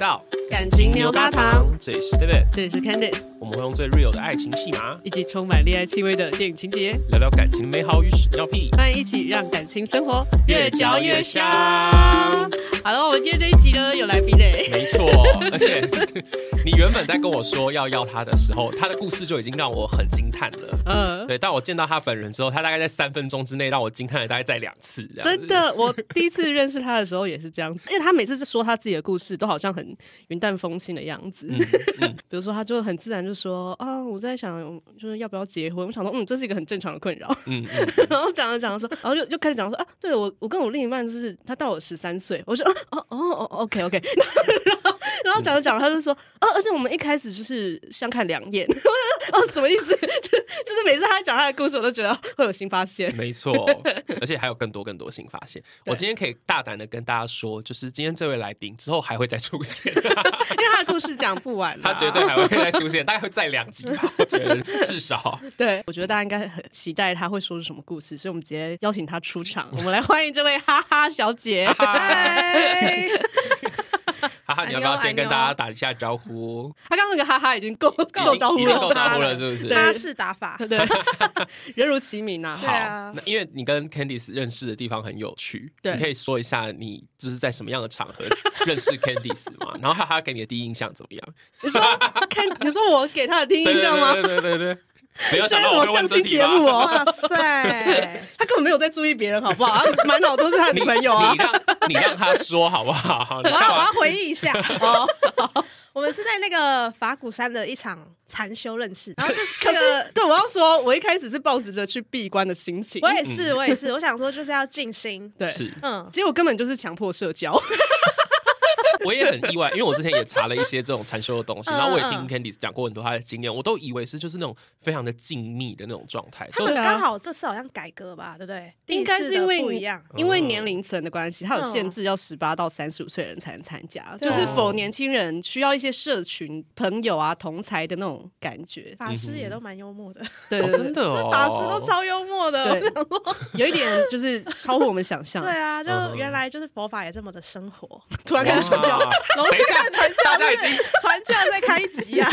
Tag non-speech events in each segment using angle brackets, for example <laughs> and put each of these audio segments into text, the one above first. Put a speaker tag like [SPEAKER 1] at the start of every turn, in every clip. [SPEAKER 1] 到
[SPEAKER 2] 感情牛轧糖，
[SPEAKER 1] 这里是 David，
[SPEAKER 2] 这里是 Candice，
[SPEAKER 1] 我们会用最 real 的爱情戏码
[SPEAKER 2] 一起充满恋爱气味的电影情节，
[SPEAKER 1] 聊聊感情的美好与屎尿屁，
[SPEAKER 2] 那一起让感情生活香。好了，我们今天这一集呢有来宾嘞，
[SPEAKER 1] 没
[SPEAKER 2] <laughs>
[SPEAKER 1] 错，而且你原本在跟我说要要他的时候，他的故事就已经让我很惊叹了。
[SPEAKER 2] 嗯。
[SPEAKER 1] 对，但我见到他本人之后，他大概在三分钟之内让我惊叹了大概在两次，这样子
[SPEAKER 2] 真。的，我第一次认识他的时候也是这
[SPEAKER 1] <laughs>
[SPEAKER 2] 样子，因为他每次是说他自己的故事，都好像很云淡风轻的样子。
[SPEAKER 1] 嗯
[SPEAKER 2] <laughs> 比如说，他就很自然就说：“啊，我在想，就是要不要结婚？”我想说，嗯，这是一个很正常的困扰。
[SPEAKER 1] 嗯嗯，
[SPEAKER 2] <laughs> 然后讲着讲着说，然后就就开始讲说啊，对我我跟我另一半就是他大我十三岁，我说哦哦哦哦，OK OK，然后 <laughs> 然后讲着讲着他就说哦，而且我们一开始就是相看两眼， <laughs> 我就说哦什么意思？就就是每次他讲他的故事，我都觉得会有新发现。
[SPEAKER 1] 没
[SPEAKER 2] <laughs>
[SPEAKER 1] 错，而且还有更多更多新发现。
[SPEAKER 2] 对
[SPEAKER 1] 我今天可以大胆的跟大家说，就是今天这位来宾之后还会再出
[SPEAKER 2] <laughs>
[SPEAKER 1] 现，
[SPEAKER 2] 因为他的故事讲不完啊啦、
[SPEAKER 1] 他绝对还会再出现，大概会再两集吧，我觉得至
[SPEAKER 2] <laughs>
[SPEAKER 1] 少。
[SPEAKER 2] 对，我觉得大家应该很期待他会说是什么故事，所以我们直接邀请他出场，我们来欢迎这位哈哈小姐。
[SPEAKER 3] 嗨，
[SPEAKER 1] 哈哈，你要不要先跟大家打一下招呼？
[SPEAKER 2] 他刚刚那个哈哈已经够
[SPEAKER 1] 已经
[SPEAKER 2] 够招呼
[SPEAKER 1] 已经够招
[SPEAKER 2] 了吧
[SPEAKER 1] 呼了，是不是？
[SPEAKER 2] 对
[SPEAKER 3] 巴士打
[SPEAKER 2] <laughs>
[SPEAKER 3] 法，
[SPEAKER 2] 对，人如其名啊。
[SPEAKER 1] 好，
[SPEAKER 3] 对啊
[SPEAKER 1] 那因为你跟 Candice 认识的地方很有趣，
[SPEAKER 2] 对
[SPEAKER 1] 你可以说一下你就是在什么样的场合认识 Candice 嘛？然后哈哈给你的第一印象怎么样？<laughs>
[SPEAKER 2] 你说看，你说我给他的第一印象吗
[SPEAKER 1] 对？对对对对，没有想
[SPEAKER 2] 现在
[SPEAKER 1] 到我
[SPEAKER 2] 什
[SPEAKER 1] 会
[SPEAKER 2] 么相
[SPEAKER 1] 问这
[SPEAKER 2] 亲
[SPEAKER 1] 题
[SPEAKER 2] 节
[SPEAKER 1] 吧
[SPEAKER 2] 目哦，
[SPEAKER 3] 哇塞，
[SPEAKER 2] 他根本没有在注意别人，好不好？他满脑都是他的女朋友啊
[SPEAKER 1] 你。让你让他说好不好？你
[SPEAKER 3] 我
[SPEAKER 1] 干
[SPEAKER 3] 要我
[SPEAKER 1] 嘛
[SPEAKER 3] 要？回忆
[SPEAKER 1] <laughs>
[SPEAKER 3] 一下，
[SPEAKER 2] 哦，
[SPEAKER 3] 我们是在那个法鼓山的一场禅修认识，然后这
[SPEAKER 2] 可
[SPEAKER 3] <laughs> 这
[SPEAKER 2] 是
[SPEAKER 3] 个
[SPEAKER 2] 对我要说，我一开始是抱持着去闭关的心情，
[SPEAKER 3] 我也是，
[SPEAKER 1] 嗯
[SPEAKER 3] 我也是，我想说就是要静心，
[SPEAKER 2] 对，
[SPEAKER 1] 是，
[SPEAKER 3] 嗯，
[SPEAKER 2] 结果根本就是强迫社交。
[SPEAKER 1] 我也很意外，因为我之前也查了一些这种禅修的东西，
[SPEAKER 3] 嗯
[SPEAKER 1] 然后我也
[SPEAKER 3] 嗯
[SPEAKER 1] 听 Candice 讲过很多她的经验，我都以为是就是那种非常的静谧的那种状态，
[SPEAKER 3] 他
[SPEAKER 1] 就
[SPEAKER 3] 们
[SPEAKER 2] 对啊
[SPEAKER 3] 刚好这次好像改革吧，对不对？
[SPEAKER 2] 应该是
[SPEAKER 3] 第一次的
[SPEAKER 2] 因为嗯
[SPEAKER 3] 不一样，嗯
[SPEAKER 2] 因
[SPEAKER 1] 哦
[SPEAKER 2] 为年龄层的关系，它有限制，要十八到三十五岁的人才能参加，
[SPEAKER 3] 对
[SPEAKER 2] 就
[SPEAKER 3] 啊
[SPEAKER 2] 是
[SPEAKER 1] 哦
[SPEAKER 2] 否年轻人需要一些社群朋友啊、同才的那种感觉。
[SPEAKER 3] 法师也都蛮幽默的，
[SPEAKER 2] 对
[SPEAKER 1] 哦
[SPEAKER 2] 对
[SPEAKER 1] 真
[SPEAKER 2] 对
[SPEAKER 1] 的哦，
[SPEAKER 3] 法师都超幽默的，我
[SPEAKER 2] 对
[SPEAKER 3] 想说，
[SPEAKER 2] 有一点就是超乎我们想象。
[SPEAKER 3] 对啊，就
[SPEAKER 1] 嗯
[SPEAKER 3] 原来就是佛法也这么的生活，
[SPEAKER 2] 突然开始传教，
[SPEAKER 1] 哇等一下，大家已经
[SPEAKER 3] 传教在开一集啊，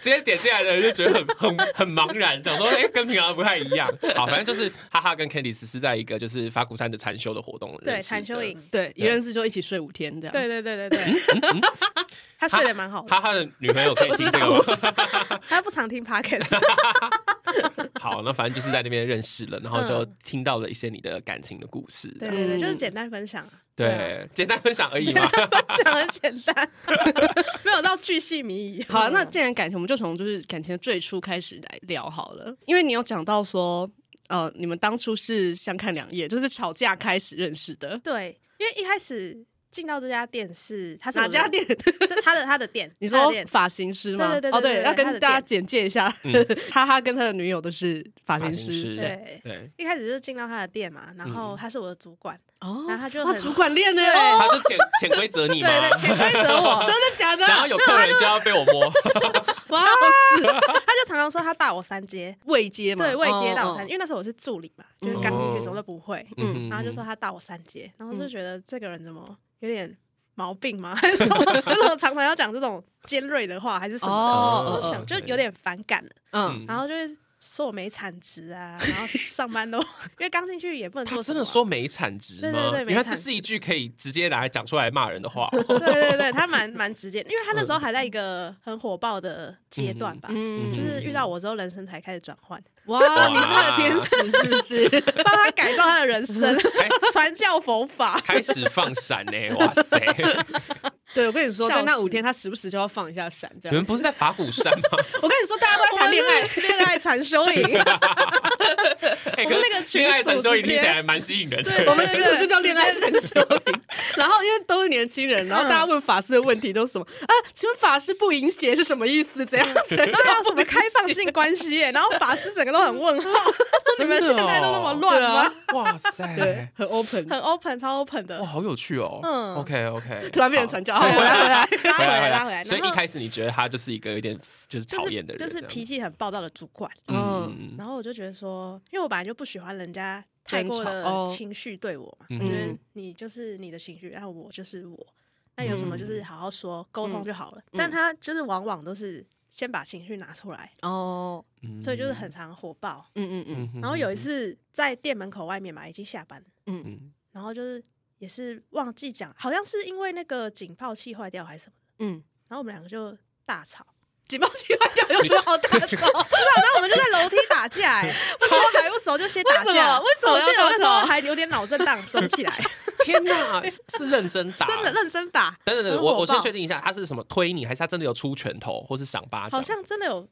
[SPEAKER 1] 今天点进来的人就觉得很很很茫然，想说哎、诶跟平常不太一样。好，反正就是哈哈跟 Candice 是在一个就是法鼓山的禅修的活动，
[SPEAKER 3] 对，禅修。营，
[SPEAKER 2] 对，一认识就一起睡五天这样。
[SPEAKER 3] 对对对对对，
[SPEAKER 1] 嗯
[SPEAKER 3] 他睡得蛮好的，
[SPEAKER 1] 哈哈的女朋友可以听这个吗？
[SPEAKER 3] 他不常听 podcast，
[SPEAKER 1] <laughs> 好，那反正就是在那边认识了，然后就听到了一些你的感情的故事。
[SPEAKER 3] <laughs> 嗯对对对，
[SPEAKER 2] 嗯
[SPEAKER 3] 就是简单分
[SPEAKER 2] <laughs>
[SPEAKER 3] 享啊，
[SPEAKER 1] 对，简单分享而已
[SPEAKER 3] <laughs>
[SPEAKER 1] 嘛。
[SPEAKER 3] 分享很
[SPEAKER 2] <laughs>
[SPEAKER 3] 简单，没有到巨细靡遗。
[SPEAKER 2] 好，啊
[SPEAKER 1] 嗯
[SPEAKER 2] 那既然感情，我们就从就是感情的最初开始来聊好了，因为你有讲到说，呃，你们当初是相看两厌，就是吵架开始认识的。
[SPEAKER 3] 对，因为一开始进到这家店是他是我
[SPEAKER 2] 哪
[SPEAKER 3] 的
[SPEAKER 2] 家？店？
[SPEAKER 3] 这 <laughs> 他的他的店，
[SPEAKER 2] <laughs> 你
[SPEAKER 3] 他的
[SPEAKER 2] 说
[SPEAKER 3] 店
[SPEAKER 2] 发型师吗？
[SPEAKER 3] 对对对对
[SPEAKER 2] 哦，
[SPEAKER 3] 对
[SPEAKER 2] 对，要
[SPEAKER 3] 他的
[SPEAKER 2] 跟
[SPEAKER 3] 店
[SPEAKER 2] 大家简介一下， <laughs> 哈哈跟他的女友都是发
[SPEAKER 1] 嗯
[SPEAKER 2] 型
[SPEAKER 1] 发型
[SPEAKER 2] 师
[SPEAKER 1] 师
[SPEAKER 3] 对。
[SPEAKER 1] 对，
[SPEAKER 3] 一开始就是进到他的店嘛，然后他是我的主管，
[SPEAKER 2] 嗯哦
[SPEAKER 3] 然后他就
[SPEAKER 2] 哇，
[SPEAKER 3] 很
[SPEAKER 2] 主管练呢，
[SPEAKER 3] 对
[SPEAKER 2] 哦
[SPEAKER 1] 他就潜潜规则你
[SPEAKER 3] 对
[SPEAKER 1] 吗？
[SPEAKER 3] 对，潜规则
[SPEAKER 2] <laughs>
[SPEAKER 3] 我，
[SPEAKER 2] 真的假的？
[SPEAKER 1] 想要有客人就要被我
[SPEAKER 3] <laughs>
[SPEAKER 1] 摸，
[SPEAKER 2] 哇，
[SPEAKER 3] 他就常常说他大我三阶，
[SPEAKER 2] 未接嘛，
[SPEAKER 3] 对，未接大
[SPEAKER 2] 哦
[SPEAKER 3] 我
[SPEAKER 2] 哦
[SPEAKER 3] 三，因为那时候我是助理嘛，就是刚进去什么都不会，
[SPEAKER 1] 嗯
[SPEAKER 3] 然后就说他大我三阶，然后就觉得这个人怎么有点毛病吗？ <laughs> 还是什么？为什么常常要讲这种尖锐的话，还是什么的？
[SPEAKER 2] 哦
[SPEAKER 3] 我
[SPEAKER 2] 哦
[SPEAKER 3] 就想
[SPEAKER 1] 嗯
[SPEAKER 3] 就有点反感了，
[SPEAKER 2] 嗯，
[SPEAKER 3] 然后就是说我没产值啊，然后上班都因为刚进去也不能做
[SPEAKER 1] 他
[SPEAKER 3] 什
[SPEAKER 1] 真
[SPEAKER 3] 么
[SPEAKER 1] 的
[SPEAKER 3] 啊
[SPEAKER 1] 说没产值
[SPEAKER 3] 对对
[SPEAKER 1] 吗
[SPEAKER 3] 对？没
[SPEAKER 1] 原来这
[SPEAKER 3] 产值
[SPEAKER 1] 是一句可以直接拿来讲出来骂人的话哦。
[SPEAKER 3] 对
[SPEAKER 2] <laughs>
[SPEAKER 3] 对对，他蛮蛮直接，因为他那时候还在一个很火爆的阶段吧，
[SPEAKER 2] 嗯
[SPEAKER 3] 就是遇到我之后，人生才开始转换， <laughs>
[SPEAKER 2] 哇，你是他的天使是不是？ <laughs>
[SPEAKER 3] 帮他改造他的人生，
[SPEAKER 2] 哎
[SPEAKER 3] 传教佛法。 <laughs>
[SPEAKER 1] 开始放闪呢、哇塞！
[SPEAKER 2] 对，我跟你说，
[SPEAKER 3] 笑
[SPEAKER 2] 在那
[SPEAKER 3] 死
[SPEAKER 2] 五天，他时不时就要放一下闪，这
[SPEAKER 1] 你
[SPEAKER 2] 样
[SPEAKER 1] 们。不是在法鼓山吗？
[SPEAKER 2] 我跟你说，大家都在谈恋爱，
[SPEAKER 3] 爱，恋爱禅修
[SPEAKER 2] <laughs>
[SPEAKER 3] 营，
[SPEAKER 1] 哎、
[SPEAKER 3] 我
[SPEAKER 1] 可
[SPEAKER 3] 们
[SPEAKER 1] 是
[SPEAKER 3] 那个群
[SPEAKER 1] 恋爱
[SPEAKER 3] 组
[SPEAKER 1] 成熟
[SPEAKER 3] 直
[SPEAKER 1] 也听起
[SPEAKER 3] 接
[SPEAKER 1] 来蛮吸引人的。
[SPEAKER 3] 对
[SPEAKER 2] 我们群组就叫恋爱禅修营，然后因为都是年轻人，
[SPEAKER 3] 嗯
[SPEAKER 2] 然后大家问法师的问题都是什么啊？请问法师不淫邪是什么意思？怎样？怎
[SPEAKER 1] 嗯
[SPEAKER 2] 样
[SPEAKER 3] 这叫什么开放性关系耶？ <laughs> 然后法师整个都很问号，说你们
[SPEAKER 2] 哦
[SPEAKER 3] 现在都那么乱吗？
[SPEAKER 1] 哇
[SPEAKER 2] 对
[SPEAKER 1] 塞，，
[SPEAKER 2] 很 open，
[SPEAKER 3] 很 open，超 open
[SPEAKER 1] 哇，
[SPEAKER 3] 的。
[SPEAKER 1] 好有趣哦。
[SPEAKER 3] 嗯
[SPEAKER 1] OK
[SPEAKER 3] <laughs>
[SPEAKER 1] OK，
[SPEAKER 2] 突然变成传教，好，回来回来。
[SPEAKER 3] 拉
[SPEAKER 1] 回
[SPEAKER 3] 回
[SPEAKER 1] 来
[SPEAKER 3] 来，
[SPEAKER 1] 回
[SPEAKER 3] 啊拉回来。
[SPEAKER 1] 来。所以
[SPEAKER 3] 然
[SPEAKER 1] 一
[SPEAKER 3] 后
[SPEAKER 1] 开始你觉得他就是一个有点就是
[SPEAKER 3] 就
[SPEAKER 1] 讨厌的
[SPEAKER 3] 是
[SPEAKER 1] 人，
[SPEAKER 3] 就是脾
[SPEAKER 1] 气。
[SPEAKER 3] 气很暴躁的主管，
[SPEAKER 1] 嗯，
[SPEAKER 3] 然后我就觉得说，因为我本来就不喜欢人家太
[SPEAKER 2] 争
[SPEAKER 3] 过
[SPEAKER 2] 吵哦
[SPEAKER 3] 的情绪对我嘛，
[SPEAKER 1] 嗯
[SPEAKER 3] 我觉得
[SPEAKER 2] 嗯
[SPEAKER 3] 你就是你的情绪，然后我就是我，那有什么
[SPEAKER 1] 嗯
[SPEAKER 3] 就是好好说，沟通
[SPEAKER 4] 嗯
[SPEAKER 3] 就好了。但他就是往往都是先把情绪拿出来，
[SPEAKER 4] 哦，
[SPEAKER 1] 嗯
[SPEAKER 3] 所以就是很常火爆。
[SPEAKER 4] 嗯嗯嗯
[SPEAKER 1] 嗯哼
[SPEAKER 3] 然后有一，次在店门口外面嘛，已经下班了，
[SPEAKER 1] 嗯
[SPEAKER 3] 然后就是也是忘记讲，好像是因为那个警报器坏掉还是什么的，
[SPEAKER 4] 嗯，
[SPEAKER 3] 然后我们两个就大吵。
[SPEAKER 4] 警报器坏掉有什么好大吵？
[SPEAKER 3] 然后我们就在楼梯打架、
[SPEAKER 1] <laughs>
[SPEAKER 3] 欸，我手还用手就先打
[SPEAKER 4] 为什
[SPEAKER 3] 架，
[SPEAKER 4] 么为什么
[SPEAKER 3] 我记得
[SPEAKER 4] 要打
[SPEAKER 3] 我那时
[SPEAKER 4] 架
[SPEAKER 3] 候还有点脑震荡，肿
[SPEAKER 1] <laughs>
[SPEAKER 3] 起来，
[SPEAKER 1] 天哪，是是认真打，
[SPEAKER 3] <laughs> 真的认真打，
[SPEAKER 1] 等等等
[SPEAKER 3] 很
[SPEAKER 1] 等，
[SPEAKER 3] 火
[SPEAKER 1] 我我先
[SPEAKER 3] 爆
[SPEAKER 1] 确定一下，他是什么推你，还是他真的有出拳头或是赏巴掌？
[SPEAKER 3] 好像真的有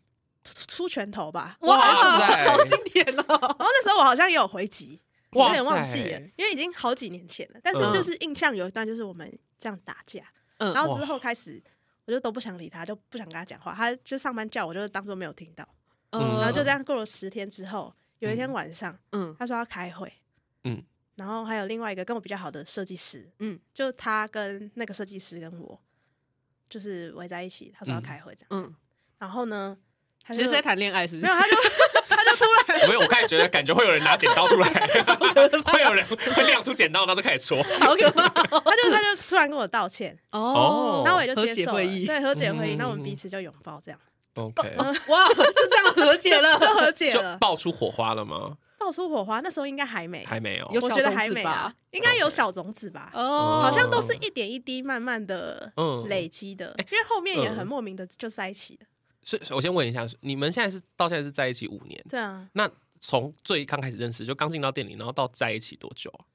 [SPEAKER 3] 出出拳头吧。
[SPEAKER 1] 啊哇
[SPEAKER 3] 好像
[SPEAKER 1] 塞，
[SPEAKER 4] 好经典哦！
[SPEAKER 3] 然后那时候我好像也有回击，我有
[SPEAKER 1] 哇
[SPEAKER 3] 点
[SPEAKER 1] 塞，
[SPEAKER 3] 忘记了，因为已经好几年前了。但是
[SPEAKER 1] 嗯
[SPEAKER 3] 就是印象有一段就是我们这样打架，
[SPEAKER 4] 嗯
[SPEAKER 3] 然后之后开始我就都不想理他，就不想跟他讲话，他就上班叫我，就当做没有听到。
[SPEAKER 4] 哦
[SPEAKER 1] 嗯
[SPEAKER 3] 然后就这，样过了十天之后，有一天晚上
[SPEAKER 4] 嗯
[SPEAKER 3] 他说要开会，
[SPEAKER 1] 嗯，
[SPEAKER 3] 然后还有另外一个跟我比较好的设计师，
[SPEAKER 4] 嗯，
[SPEAKER 3] 就他跟那个设计师跟我就是围在一起，他说要开会这样，
[SPEAKER 4] 嗯，
[SPEAKER 3] 然后呢，他
[SPEAKER 4] 其
[SPEAKER 3] 就
[SPEAKER 4] 实是在谈恋爱，是不是 <laughs>
[SPEAKER 3] 没有，？他就他就突然。
[SPEAKER 1] 没有，我开始觉得感觉会有人拿剪刀出
[SPEAKER 3] <laughs>
[SPEAKER 1] 来，会
[SPEAKER 4] 啊
[SPEAKER 1] <laughs> 有人会亮出剪刀，然后就开始戳。
[SPEAKER 4] 好可怕
[SPEAKER 3] 他就他就突然跟我道歉，
[SPEAKER 1] 哦
[SPEAKER 3] 然后我也
[SPEAKER 4] 和
[SPEAKER 3] 就接
[SPEAKER 4] 解
[SPEAKER 3] 受了，
[SPEAKER 4] 会议， <laughs>
[SPEAKER 3] 对和解会议，
[SPEAKER 1] 嗯
[SPEAKER 3] 那我们彼此就拥抱，这样
[SPEAKER 1] OK，
[SPEAKER 4] 哇，就这样和解了，
[SPEAKER 3] 就和解
[SPEAKER 1] 就
[SPEAKER 3] 哦了，
[SPEAKER 1] 爆出火花了吗？
[SPEAKER 3] 爆出火花。那时候应该还没，
[SPEAKER 1] 还没有，
[SPEAKER 4] 有小
[SPEAKER 3] 我觉得
[SPEAKER 4] 种
[SPEAKER 3] 还
[SPEAKER 4] 子
[SPEAKER 3] 没
[SPEAKER 4] 吧
[SPEAKER 3] 啊，应该有小种子吧，
[SPEAKER 4] 哦
[SPEAKER 3] 好像都是一点一滴慢慢的
[SPEAKER 1] 嗯
[SPEAKER 3] 累积的，因为后面也
[SPEAKER 1] 嗯
[SPEAKER 3] 很莫名的就在一起了。
[SPEAKER 1] 所以我先问一下，你们现在是到现在是在一起五年？
[SPEAKER 3] 对啊，
[SPEAKER 1] 那从最刚开始认识，就刚进到店里，然后到在一起多久啊？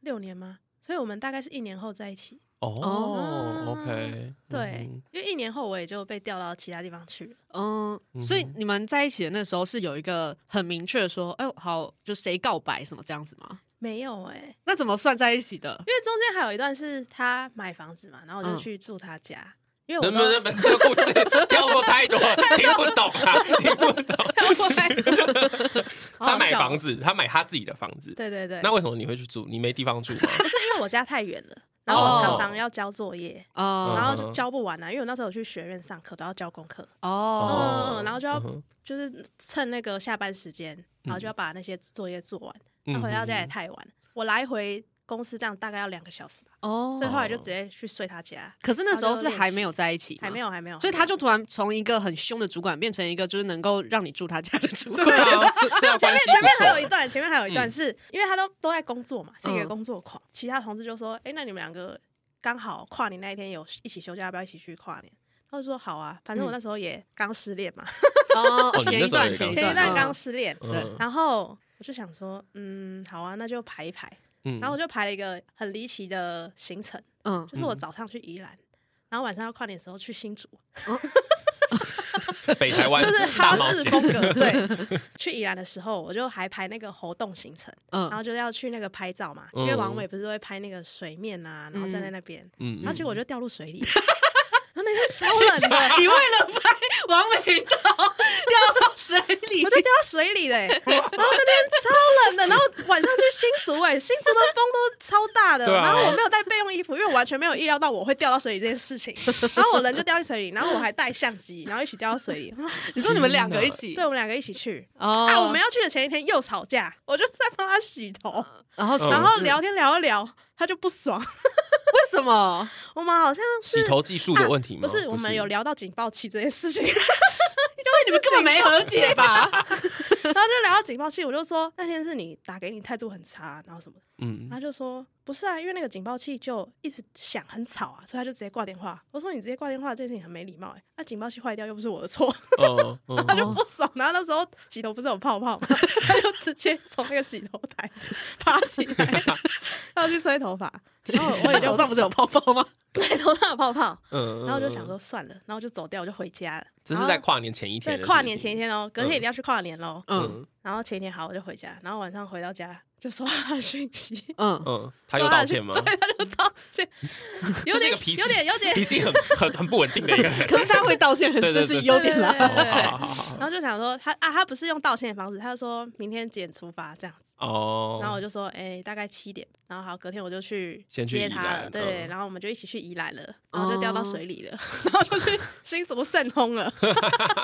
[SPEAKER 3] 六年吗？所以我们大概是一年后在一起。
[SPEAKER 1] 哦
[SPEAKER 3] 哦
[SPEAKER 1] ，OK，
[SPEAKER 3] 对
[SPEAKER 1] 嗯，
[SPEAKER 3] 因为一年后我也就被调到其他地方去了。
[SPEAKER 4] 嗯，
[SPEAKER 1] 嗯
[SPEAKER 4] 所以你们在一起的那时候是有一个很明确的说，哎呦，好，就谁告白什么这样子吗？
[SPEAKER 3] 没有哎、因
[SPEAKER 4] 那怎么算在一起的？
[SPEAKER 3] 为中间还有一段是他买房子嘛，然后我
[SPEAKER 4] 嗯
[SPEAKER 3] 就去住他家，因为
[SPEAKER 1] 能不
[SPEAKER 3] 我都
[SPEAKER 1] 能能不能这个故事 <laughs> 跳过太
[SPEAKER 3] <laughs>
[SPEAKER 1] 多，听不懂啊，听不懂。
[SPEAKER 3] 好好
[SPEAKER 1] <laughs> 他买
[SPEAKER 3] 笑
[SPEAKER 1] 房子，他买他自己的房子。
[SPEAKER 3] 对对对，
[SPEAKER 1] 那为什么你会去住？你没地
[SPEAKER 3] <laughs>
[SPEAKER 1] 方住吗？
[SPEAKER 3] 不是因为我家太远了，然后我常
[SPEAKER 1] 哦
[SPEAKER 3] 常要交作业，
[SPEAKER 4] 哦
[SPEAKER 3] 然后
[SPEAKER 1] 嗯
[SPEAKER 3] 就交不完啊，因为我那时候有去学院上课都要交功课，
[SPEAKER 4] 哦，
[SPEAKER 1] 哦
[SPEAKER 3] 嗯然后就要
[SPEAKER 1] 嗯哼
[SPEAKER 3] 就是趁那个下班时间，然后就要把那些作业做完。那、回到家也
[SPEAKER 1] 嗯
[SPEAKER 3] 太晚了，我来回公司这样大概要两个小时吧，所以
[SPEAKER 4] 哦，
[SPEAKER 3] 后来就直接去睡他家，
[SPEAKER 4] 可是那时候是还没有在一起，
[SPEAKER 3] 还没
[SPEAKER 4] 有，
[SPEAKER 3] 有还没有，
[SPEAKER 4] 所以他就突然从一个很凶的主管变成一个就是能够让你住他家的主管 <laughs>
[SPEAKER 1] 对。啊，这这样
[SPEAKER 3] 前
[SPEAKER 1] 关
[SPEAKER 3] 面
[SPEAKER 1] 系
[SPEAKER 3] 前面
[SPEAKER 1] 不
[SPEAKER 3] 还
[SPEAKER 1] 错
[SPEAKER 3] 有一段，前面还有一段
[SPEAKER 1] 嗯
[SPEAKER 3] 是、因为他都都在工作嘛，是一个
[SPEAKER 4] 嗯
[SPEAKER 3] 工作狂，其他同事就说，哎、那你们两个刚好跨年那一天有一起休假，要不要一起去跨年？他就说好啊，反正我
[SPEAKER 4] 嗯
[SPEAKER 3] 那时候也刚失恋嘛，
[SPEAKER 4] 哦
[SPEAKER 1] 哦，你
[SPEAKER 4] 前
[SPEAKER 1] 那
[SPEAKER 4] 一
[SPEAKER 1] 时
[SPEAKER 3] <laughs>
[SPEAKER 1] 候
[SPEAKER 4] 段
[SPEAKER 1] 也
[SPEAKER 4] 前
[SPEAKER 1] 刚
[SPEAKER 3] 前一段刚
[SPEAKER 4] 嗯
[SPEAKER 3] 失恋，
[SPEAKER 1] 嗯
[SPEAKER 3] 然后我就想说，嗯，好啊，那就排一排。
[SPEAKER 1] 嗯
[SPEAKER 3] <laughs> 然后我就排了一个很离奇的行程，
[SPEAKER 4] 嗯，
[SPEAKER 3] 就是我早上去宜兰，然后晚上要跨年的时候去新竹，
[SPEAKER 1] 北台湾
[SPEAKER 3] 就是
[SPEAKER 1] 大
[SPEAKER 3] 哈
[SPEAKER 1] 冒
[SPEAKER 3] 士
[SPEAKER 1] 险，嗯
[SPEAKER 3] 风格。对，去宜兰的时候，我就还排那个活动行程，
[SPEAKER 4] 嗯
[SPEAKER 3] 然后就要去那个拍照嘛，因为王伟不是都会拍那个水面啊，然后站在那边，
[SPEAKER 1] 嗯
[SPEAKER 3] 然后结果我就掉入水里。然后那天超冷的，
[SPEAKER 4] 你为了拍王美照掉到水里
[SPEAKER 3] 我，就掉到水里嘞、然后那天超冷的，然后晚上去新竹哎、新竹的风都超大的，
[SPEAKER 1] 对啊
[SPEAKER 3] 然后我没有带备用衣服，因为我完全没有意料到我会掉到水里这件事情。然后我人就掉进水里，然后我还带相机，然后一起掉到水里。
[SPEAKER 4] 你说你们两个一起
[SPEAKER 2] 嗯
[SPEAKER 3] 对，我们两个一起去。
[SPEAKER 4] 哦
[SPEAKER 3] 啊，我们要去的前一天又吵架，我就在帮他洗头，
[SPEAKER 4] 然后
[SPEAKER 1] 嗯
[SPEAKER 3] 然后聊天聊一聊，他就不爽。
[SPEAKER 4] 为什么？
[SPEAKER 3] 我们好像
[SPEAKER 1] 洗
[SPEAKER 3] 是
[SPEAKER 1] 头技术的问题吗？
[SPEAKER 3] 不是我们有聊到警报器这件事情， <laughs>
[SPEAKER 4] 所以你们根本没和解吧？
[SPEAKER 3] 然后就聊到警报器，我就说那天是你打给你态度很差，然后什么的。
[SPEAKER 1] 嗯
[SPEAKER 3] 他就说不是啊，因为那个警报器就一直响，很吵啊，所以他就直接挂电话。我说你直接挂电话这件事情很没礼貌哎、那、警报器坏掉又不是我的错，
[SPEAKER 1] 嗯嗯
[SPEAKER 3] <laughs> 他就不爽。然后那时候洗头不是有泡泡吗？ <laughs> 他就直接从那个洗头台爬起来，要去吹头发。然后我也就
[SPEAKER 4] <laughs> 头上不是有泡泡吗？
[SPEAKER 3] <laughs> 对头上有泡泡，
[SPEAKER 1] 嗯
[SPEAKER 3] 然后我就想，说算了，然后就走掉，我就回家了。
[SPEAKER 1] 这是
[SPEAKER 3] 然
[SPEAKER 1] 在
[SPEAKER 3] 后
[SPEAKER 1] 跨年前一天
[SPEAKER 3] 对
[SPEAKER 1] 的事情，
[SPEAKER 3] 跨年前一天哦，隔天
[SPEAKER 1] 嗯
[SPEAKER 3] 一定要去跨年喽。
[SPEAKER 4] 嗯
[SPEAKER 3] 然后前一天好，我就回家，然后晚上回到家就收到他的讯息。
[SPEAKER 4] 嗯，
[SPEAKER 1] 嗯，他又道歉吗？ <laughs>
[SPEAKER 3] 对，他就道歉，有
[SPEAKER 1] 就是一
[SPEAKER 3] 点
[SPEAKER 1] 个脾气
[SPEAKER 3] 有点有点
[SPEAKER 1] 脾气很很很不稳定的一个
[SPEAKER 3] <laughs>
[SPEAKER 1] 人。
[SPEAKER 4] 可是他会道歉，
[SPEAKER 1] 对对
[SPEAKER 4] 这
[SPEAKER 1] 对
[SPEAKER 4] 是优点啦。
[SPEAKER 3] 对对对对
[SPEAKER 1] 好好好好
[SPEAKER 3] 然后就想说他啊，他不是用道歉的方式，他就说明天几点出发这样子。
[SPEAKER 1] 哦，
[SPEAKER 3] 然后我就说，哎、大概七点，然后好，隔天我就去
[SPEAKER 1] 先去
[SPEAKER 3] 接
[SPEAKER 1] 宜
[SPEAKER 3] 他
[SPEAKER 1] 兰
[SPEAKER 3] 了，对，
[SPEAKER 1] 嗯
[SPEAKER 3] 然后我们就一起去宜兰了，然后就掉到
[SPEAKER 2] 哦
[SPEAKER 3] 水里了， <laughs> 然后
[SPEAKER 1] <laughs>
[SPEAKER 3] 就去新竹圣轰了，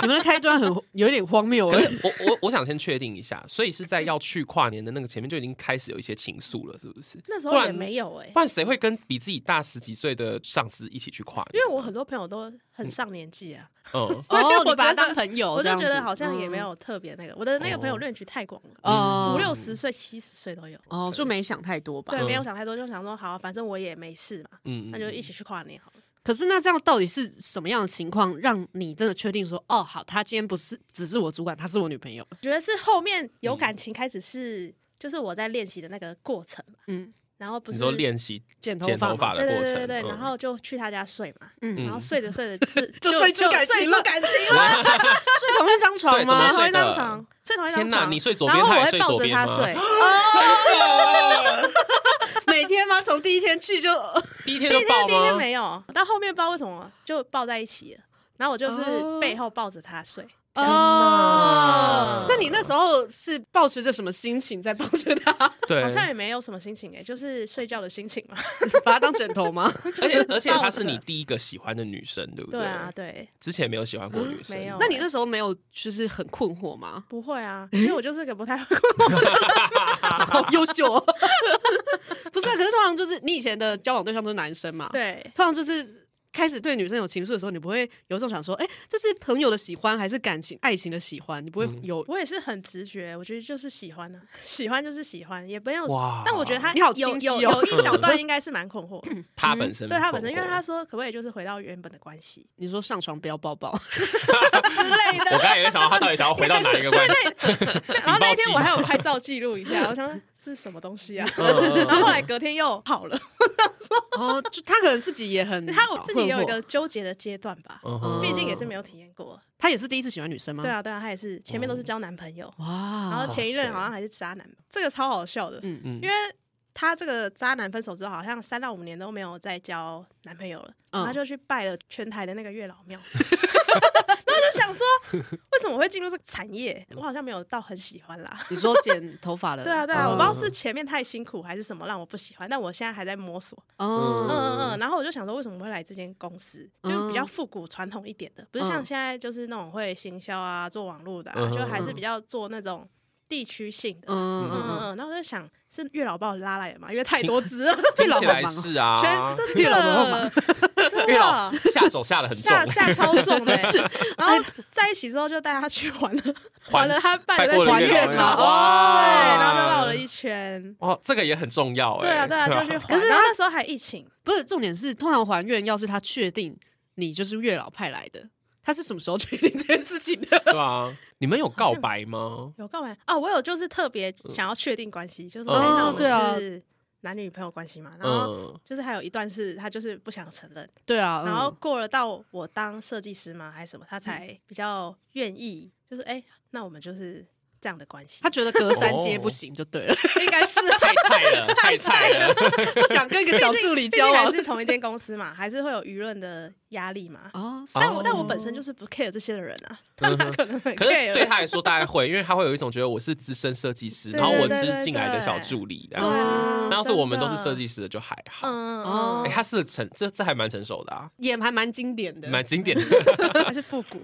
[SPEAKER 2] 你们的开端很有点荒
[SPEAKER 1] <laughs>
[SPEAKER 2] 谬
[SPEAKER 1] 可
[SPEAKER 2] 欸，
[SPEAKER 1] 是我我我想先确定一下，所以是在要去跨年的那个前面就已经开始有一些情愫了，是不是？
[SPEAKER 3] 那时
[SPEAKER 1] 不
[SPEAKER 3] 候也
[SPEAKER 1] 然
[SPEAKER 3] 没有哎、
[SPEAKER 1] 不然谁会跟比自己大十几岁的上司一起去跨年？
[SPEAKER 3] 因为我很多朋友都很上年纪啊，
[SPEAKER 2] <laughs>
[SPEAKER 1] 嗯，
[SPEAKER 3] 所以我
[SPEAKER 2] 哦，
[SPEAKER 3] 觉
[SPEAKER 2] 你
[SPEAKER 3] 得
[SPEAKER 2] 把他当朋友，
[SPEAKER 3] 我就
[SPEAKER 2] 这样
[SPEAKER 3] 觉
[SPEAKER 2] 子
[SPEAKER 3] 得好像也没有特别那个，我的那个朋友
[SPEAKER 1] 哦
[SPEAKER 3] range 太广了，
[SPEAKER 2] 哦
[SPEAKER 3] 嗯五六十岁、七十岁都有。
[SPEAKER 2] 哦，就没想太多吧。
[SPEAKER 3] 对，
[SPEAKER 1] 嗯
[SPEAKER 3] 没有想太多，就想说好、反正我也没事嘛，
[SPEAKER 1] 嗯，
[SPEAKER 3] 那就一起去跨年好了。
[SPEAKER 2] 可是那这样到底是什么样的情况，让你真的确定说，哦，好，他今天不是只是我主管，他是我女朋友？
[SPEAKER 3] 我觉得是后面有
[SPEAKER 1] 嗯
[SPEAKER 3] 感情开始是，就是我在练习的那个过程嘛，
[SPEAKER 2] 嗯，
[SPEAKER 3] 然后不
[SPEAKER 1] 你
[SPEAKER 3] 是
[SPEAKER 1] 说练习
[SPEAKER 2] 剪
[SPEAKER 1] 剪头发
[SPEAKER 2] 嘛
[SPEAKER 1] 的
[SPEAKER 3] 对
[SPEAKER 1] 过
[SPEAKER 3] 对
[SPEAKER 1] 程，
[SPEAKER 3] 对对
[SPEAKER 1] 嗯
[SPEAKER 3] 对，然后就去他家睡嘛，
[SPEAKER 2] 嗯
[SPEAKER 3] 然后睡着睡着是
[SPEAKER 2] 就睡出感情
[SPEAKER 3] 睡出
[SPEAKER 2] 了
[SPEAKER 3] 感情了，
[SPEAKER 2] 睡同一张床
[SPEAKER 1] 对怎么
[SPEAKER 2] 吗 <laughs>
[SPEAKER 1] 睡
[SPEAKER 3] 睡？同一张
[SPEAKER 1] 的
[SPEAKER 3] 床，睡同一张
[SPEAKER 1] 天哪
[SPEAKER 3] 床。
[SPEAKER 1] 你睡左
[SPEAKER 3] 然
[SPEAKER 1] 边
[SPEAKER 3] 后
[SPEAKER 1] 他
[SPEAKER 3] 我
[SPEAKER 1] 也
[SPEAKER 3] 会
[SPEAKER 1] 睡
[SPEAKER 3] 抱
[SPEAKER 1] 左
[SPEAKER 3] 着
[SPEAKER 1] 边
[SPEAKER 3] 他
[SPEAKER 1] 吗
[SPEAKER 3] 睡，
[SPEAKER 2] 每天吗？从第一天去就
[SPEAKER 1] 第一天
[SPEAKER 3] 第
[SPEAKER 1] 就
[SPEAKER 3] 一天
[SPEAKER 1] 爆
[SPEAKER 3] 第一天
[SPEAKER 1] 吗？
[SPEAKER 3] 没有，但后面不知道为什么就抱在一起了。然后我就是
[SPEAKER 2] 哦
[SPEAKER 3] 背后抱着他睡，
[SPEAKER 2] 哦那你那时候是抱持着什么心情在抱着他？
[SPEAKER 1] 对，
[SPEAKER 3] 好像也没有什么心情哎、就是睡觉的心情嘛。
[SPEAKER 2] <laughs> 把他当枕
[SPEAKER 1] <laughs>
[SPEAKER 2] 头吗？
[SPEAKER 1] 而且而且
[SPEAKER 3] 抱
[SPEAKER 1] 她是
[SPEAKER 3] 着
[SPEAKER 1] 你第一个喜欢的女生，对不
[SPEAKER 3] 对啊，对，
[SPEAKER 1] 之前没有喜欢过女生，
[SPEAKER 3] 没有
[SPEAKER 2] 那你那时候没有就是很困惑吗？
[SPEAKER 3] 不会啊，因为我就是个不太会
[SPEAKER 2] 好优秀、哦，不是、啊？可是通常就是你以前的交往对象都是男生嘛？，
[SPEAKER 3] 对。
[SPEAKER 2] 通常就是。开始对女生有情愫的时候，你不会有种想说，哎、这是朋友的喜欢还是感情、爱情的喜欢？你不会有，
[SPEAKER 3] 我也是很直觉，我觉得就是喜欢啊，喜欢就是喜欢，也没有
[SPEAKER 1] 哇。
[SPEAKER 3] 但我觉得他
[SPEAKER 2] 你好
[SPEAKER 3] 有
[SPEAKER 2] 清晰
[SPEAKER 3] 有
[SPEAKER 2] 哦
[SPEAKER 3] 有一小段应该是蛮困惑，
[SPEAKER 1] 她本身
[SPEAKER 3] 对他本身，因为他
[SPEAKER 1] 她
[SPEAKER 3] 说可不可以就是回到原本的关
[SPEAKER 1] <laughs>
[SPEAKER 3] 系
[SPEAKER 2] 你说上床不要抱抱，
[SPEAKER 3] 之类的。
[SPEAKER 1] 我刚才也在想到她到底想要回到哪一个关系，
[SPEAKER 3] 然后那一
[SPEAKER 1] 警报器
[SPEAKER 3] 天我还有拍照记录一下，我想说是什么东西啊？
[SPEAKER 1] 嗯嗯嗯
[SPEAKER 3] <laughs> 然后后来隔天又好了，
[SPEAKER 2] 哦，就 <laughs> 他可能自己也很，
[SPEAKER 3] 他我自己也有
[SPEAKER 2] 嗯
[SPEAKER 3] 一
[SPEAKER 2] 困
[SPEAKER 3] 个
[SPEAKER 2] 惑，
[SPEAKER 3] 纠结的阶段吧，
[SPEAKER 1] 嗯
[SPEAKER 2] 嗯
[SPEAKER 1] 哼
[SPEAKER 3] 毕竟也是没有体验过。
[SPEAKER 2] 他也是第一次喜欢女生吗？
[SPEAKER 3] 对，啊，对啊，他也是前
[SPEAKER 1] 嗯
[SPEAKER 3] 面都是交男朋
[SPEAKER 1] 啊
[SPEAKER 3] 友，
[SPEAKER 2] 哇，
[SPEAKER 3] 然后前一任
[SPEAKER 1] 塞
[SPEAKER 3] 好像还是渣男，这个超好笑的，
[SPEAKER 2] 嗯，
[SPEAKER 1] 嗯
[SPEAKER 3] 因为。他这个渣男分手之后，好像三到五年都没有再交男朋友了，
[SPEAKER 2] 嗯
[SPEAKER 3] 然后他就去拜了全台的那个月老庙， <laughs> 然后就想说，为什么我会进入这个产业？我好像没有到很喜欢啦。
[SPEAKER 2] 你说剪头 <laughs> 发的，
[SPEAKER 3] 对啊，对啊，
[SPEAKER 1] 嗯
[SPEAKER 3] 我不知道是前面太辛苦还是什么让我不喜欢，但我现在还在摸索。嗯
[SPEAKER 2] 哦，
[SPEAKER 3] 嗯嗯，然后我就想说，为什么会来这间公司？就是比
[SPEAKER 1] 嗯
[SPEAKER 3] 较复古传统一点的，不是像
[SPEAKER 2] 嗯
[SPEAKER 3] 现在就是那种会行销啊、做网络的、啊，
[SPEAKER 1] 嗯
[SPEAKER 3] 就还是
[SPEAKER 2] 嗯
[SPEAKER 3] 比较做那种地区性的。嗯
[SPEAKER 2] 嗯
[SPEAKER 3] 嗯
[SPEAKER 2] 嗯
[SPEAKER 3] 嗯，然后我就想，是月老把我拉来的嘛，因为太多只了，
[SPEAKER 1] 听
[SPEAKER 2] 老
[SPEAKER 1] 起
[SPEAKER 2] 板
[SPEAKER 1] 来
[SPEAKER 2] 忙哦
[SPEAKER 1] 是啊，
[SPEAKER 3] <laughs> 全真的
[SPEAKER 2] 月老多忙
[SPEAKER 1] <laughs>
[SPEAKER 3] 真
[SPEAKER 1] 月老
[SPEAKER 3] 的
[SPEAKER 1] 下手下的很重，
[SPEAKER 3] 下下超重的欸、
[SPEAKER 1] <laughs>
[SPEAKER 3] 然后在一起之后就带他去玩了，
[SPEAKER 1] 还
[SPEAKER 3] 玩了他半
[SPEAKER 1] 拜
[SPEAKER 3] 年在
[SPEAKER 1] 过了
[SPEAKER 3] 还
[SPEAKER 1] 月
[SPEAKER 3] 愿
[SPEAKER 1] 老啊
[SPEAKER 3] 嘛，对，
[SPEAKER 1] 哇
[SPEAKER 3] 然后就绕了一圈。
[SPEAKER 1] 哦，这个也很重要哎，
[SPEAKER 3] 对啊，对啊，就去还。
[SPEAKER 2] 可是
[SPEAKER 3] 然后
[SPEAKER 2] 他
[SPEAKER 3] 那时候还疫情，
[SPEAKER 2] 不是重点是，通常还愿要是他确定你就是月老派来的，他是什么时候确定这件事情的？
[SPEAKER 1] 对啊，你们有告白吗？
[SPEAKER 3] 有告白哦，我有就是特别想要确定关系，就是说、
[SPEAKER 1] 哦
[SPEAKER 3] 哎那我
[SPEAKER 2] 对啊
[SPEAKER 3] 们是男女朋友关系嘛，然后
[SPEAKER 1] 嗯，
[SPEAKER 3] 就是还有一段是他就是不想承认，
[SPEAKER 2] <laughs> 对啊，
[SPEAKER 3] 然后过了到我当设计师嘛还是什么，他才比较愿意，就是哎、那我们就是这样的关系，
[SPEAKER 2] 他觉得隔三接不行就对了，
[SPEAKER 3] 应该 <laughs> 是
[SPEAKER 1] 太菜了，太菜了，
[SPEAKER 3] <laughs>
[SPEAKER 2] 不想跟一个小助理
[SPEAKER 3] 毕竟
[SPEAKER 2] 交
[SPEAKER 3] 还
[SPEAKER 2] 往
[SPEAKER 3] 是同一间公司嘛，还是会有舆论的压力嘛。
[SPEAKER 2] 哦，
[SPEAKER 3] 但我但我
[SPEAKER 1] 哦
[SPEAKER 3] 本身就是不 care 这些的人啊，
[SPEAKER 1] 嗯
[SPEAKER 3] 但
[SPEAKER 1] 哼
[SPEAKER 3] 他可能很
[SPEAKER 1] 可是对
[SPEAKER 3] care。
[SPEAKER 1] 他来说大概会，因为他会有一种觉得我是资深设计师，
[SPEAKER 3] 对
[SPEAKER 1] 然后我
[SPEAKER 3] 对
[SPEAKER 1] 只
[SPEAKER 3] 对
[SPEAKER 1] 是进来的
[SPEAKER 3] 对
[SPEAKER 1] 小助理，然
[SPEAKER 3] 对
[SPEAKER 1] 后
[SPEAKER 3] 啊
[SPEAKER 1] 那要是我们都是
[SPEAKER 3] 真的
[SPEAKER 1] 设计师的就还好。
[SPEAKER 3] 嗯
[SPEAKER 2] 哦
[SPEAKER 3] 哦
[SPEAKER 1] 哎，，他是成这这还蛮成熟的啊，
[SPEAKER 2] 也还蛮经典的，
[SPEAKER 1] 蛮经典的。 <laughs>
[SPEAKER 3] 还是复古。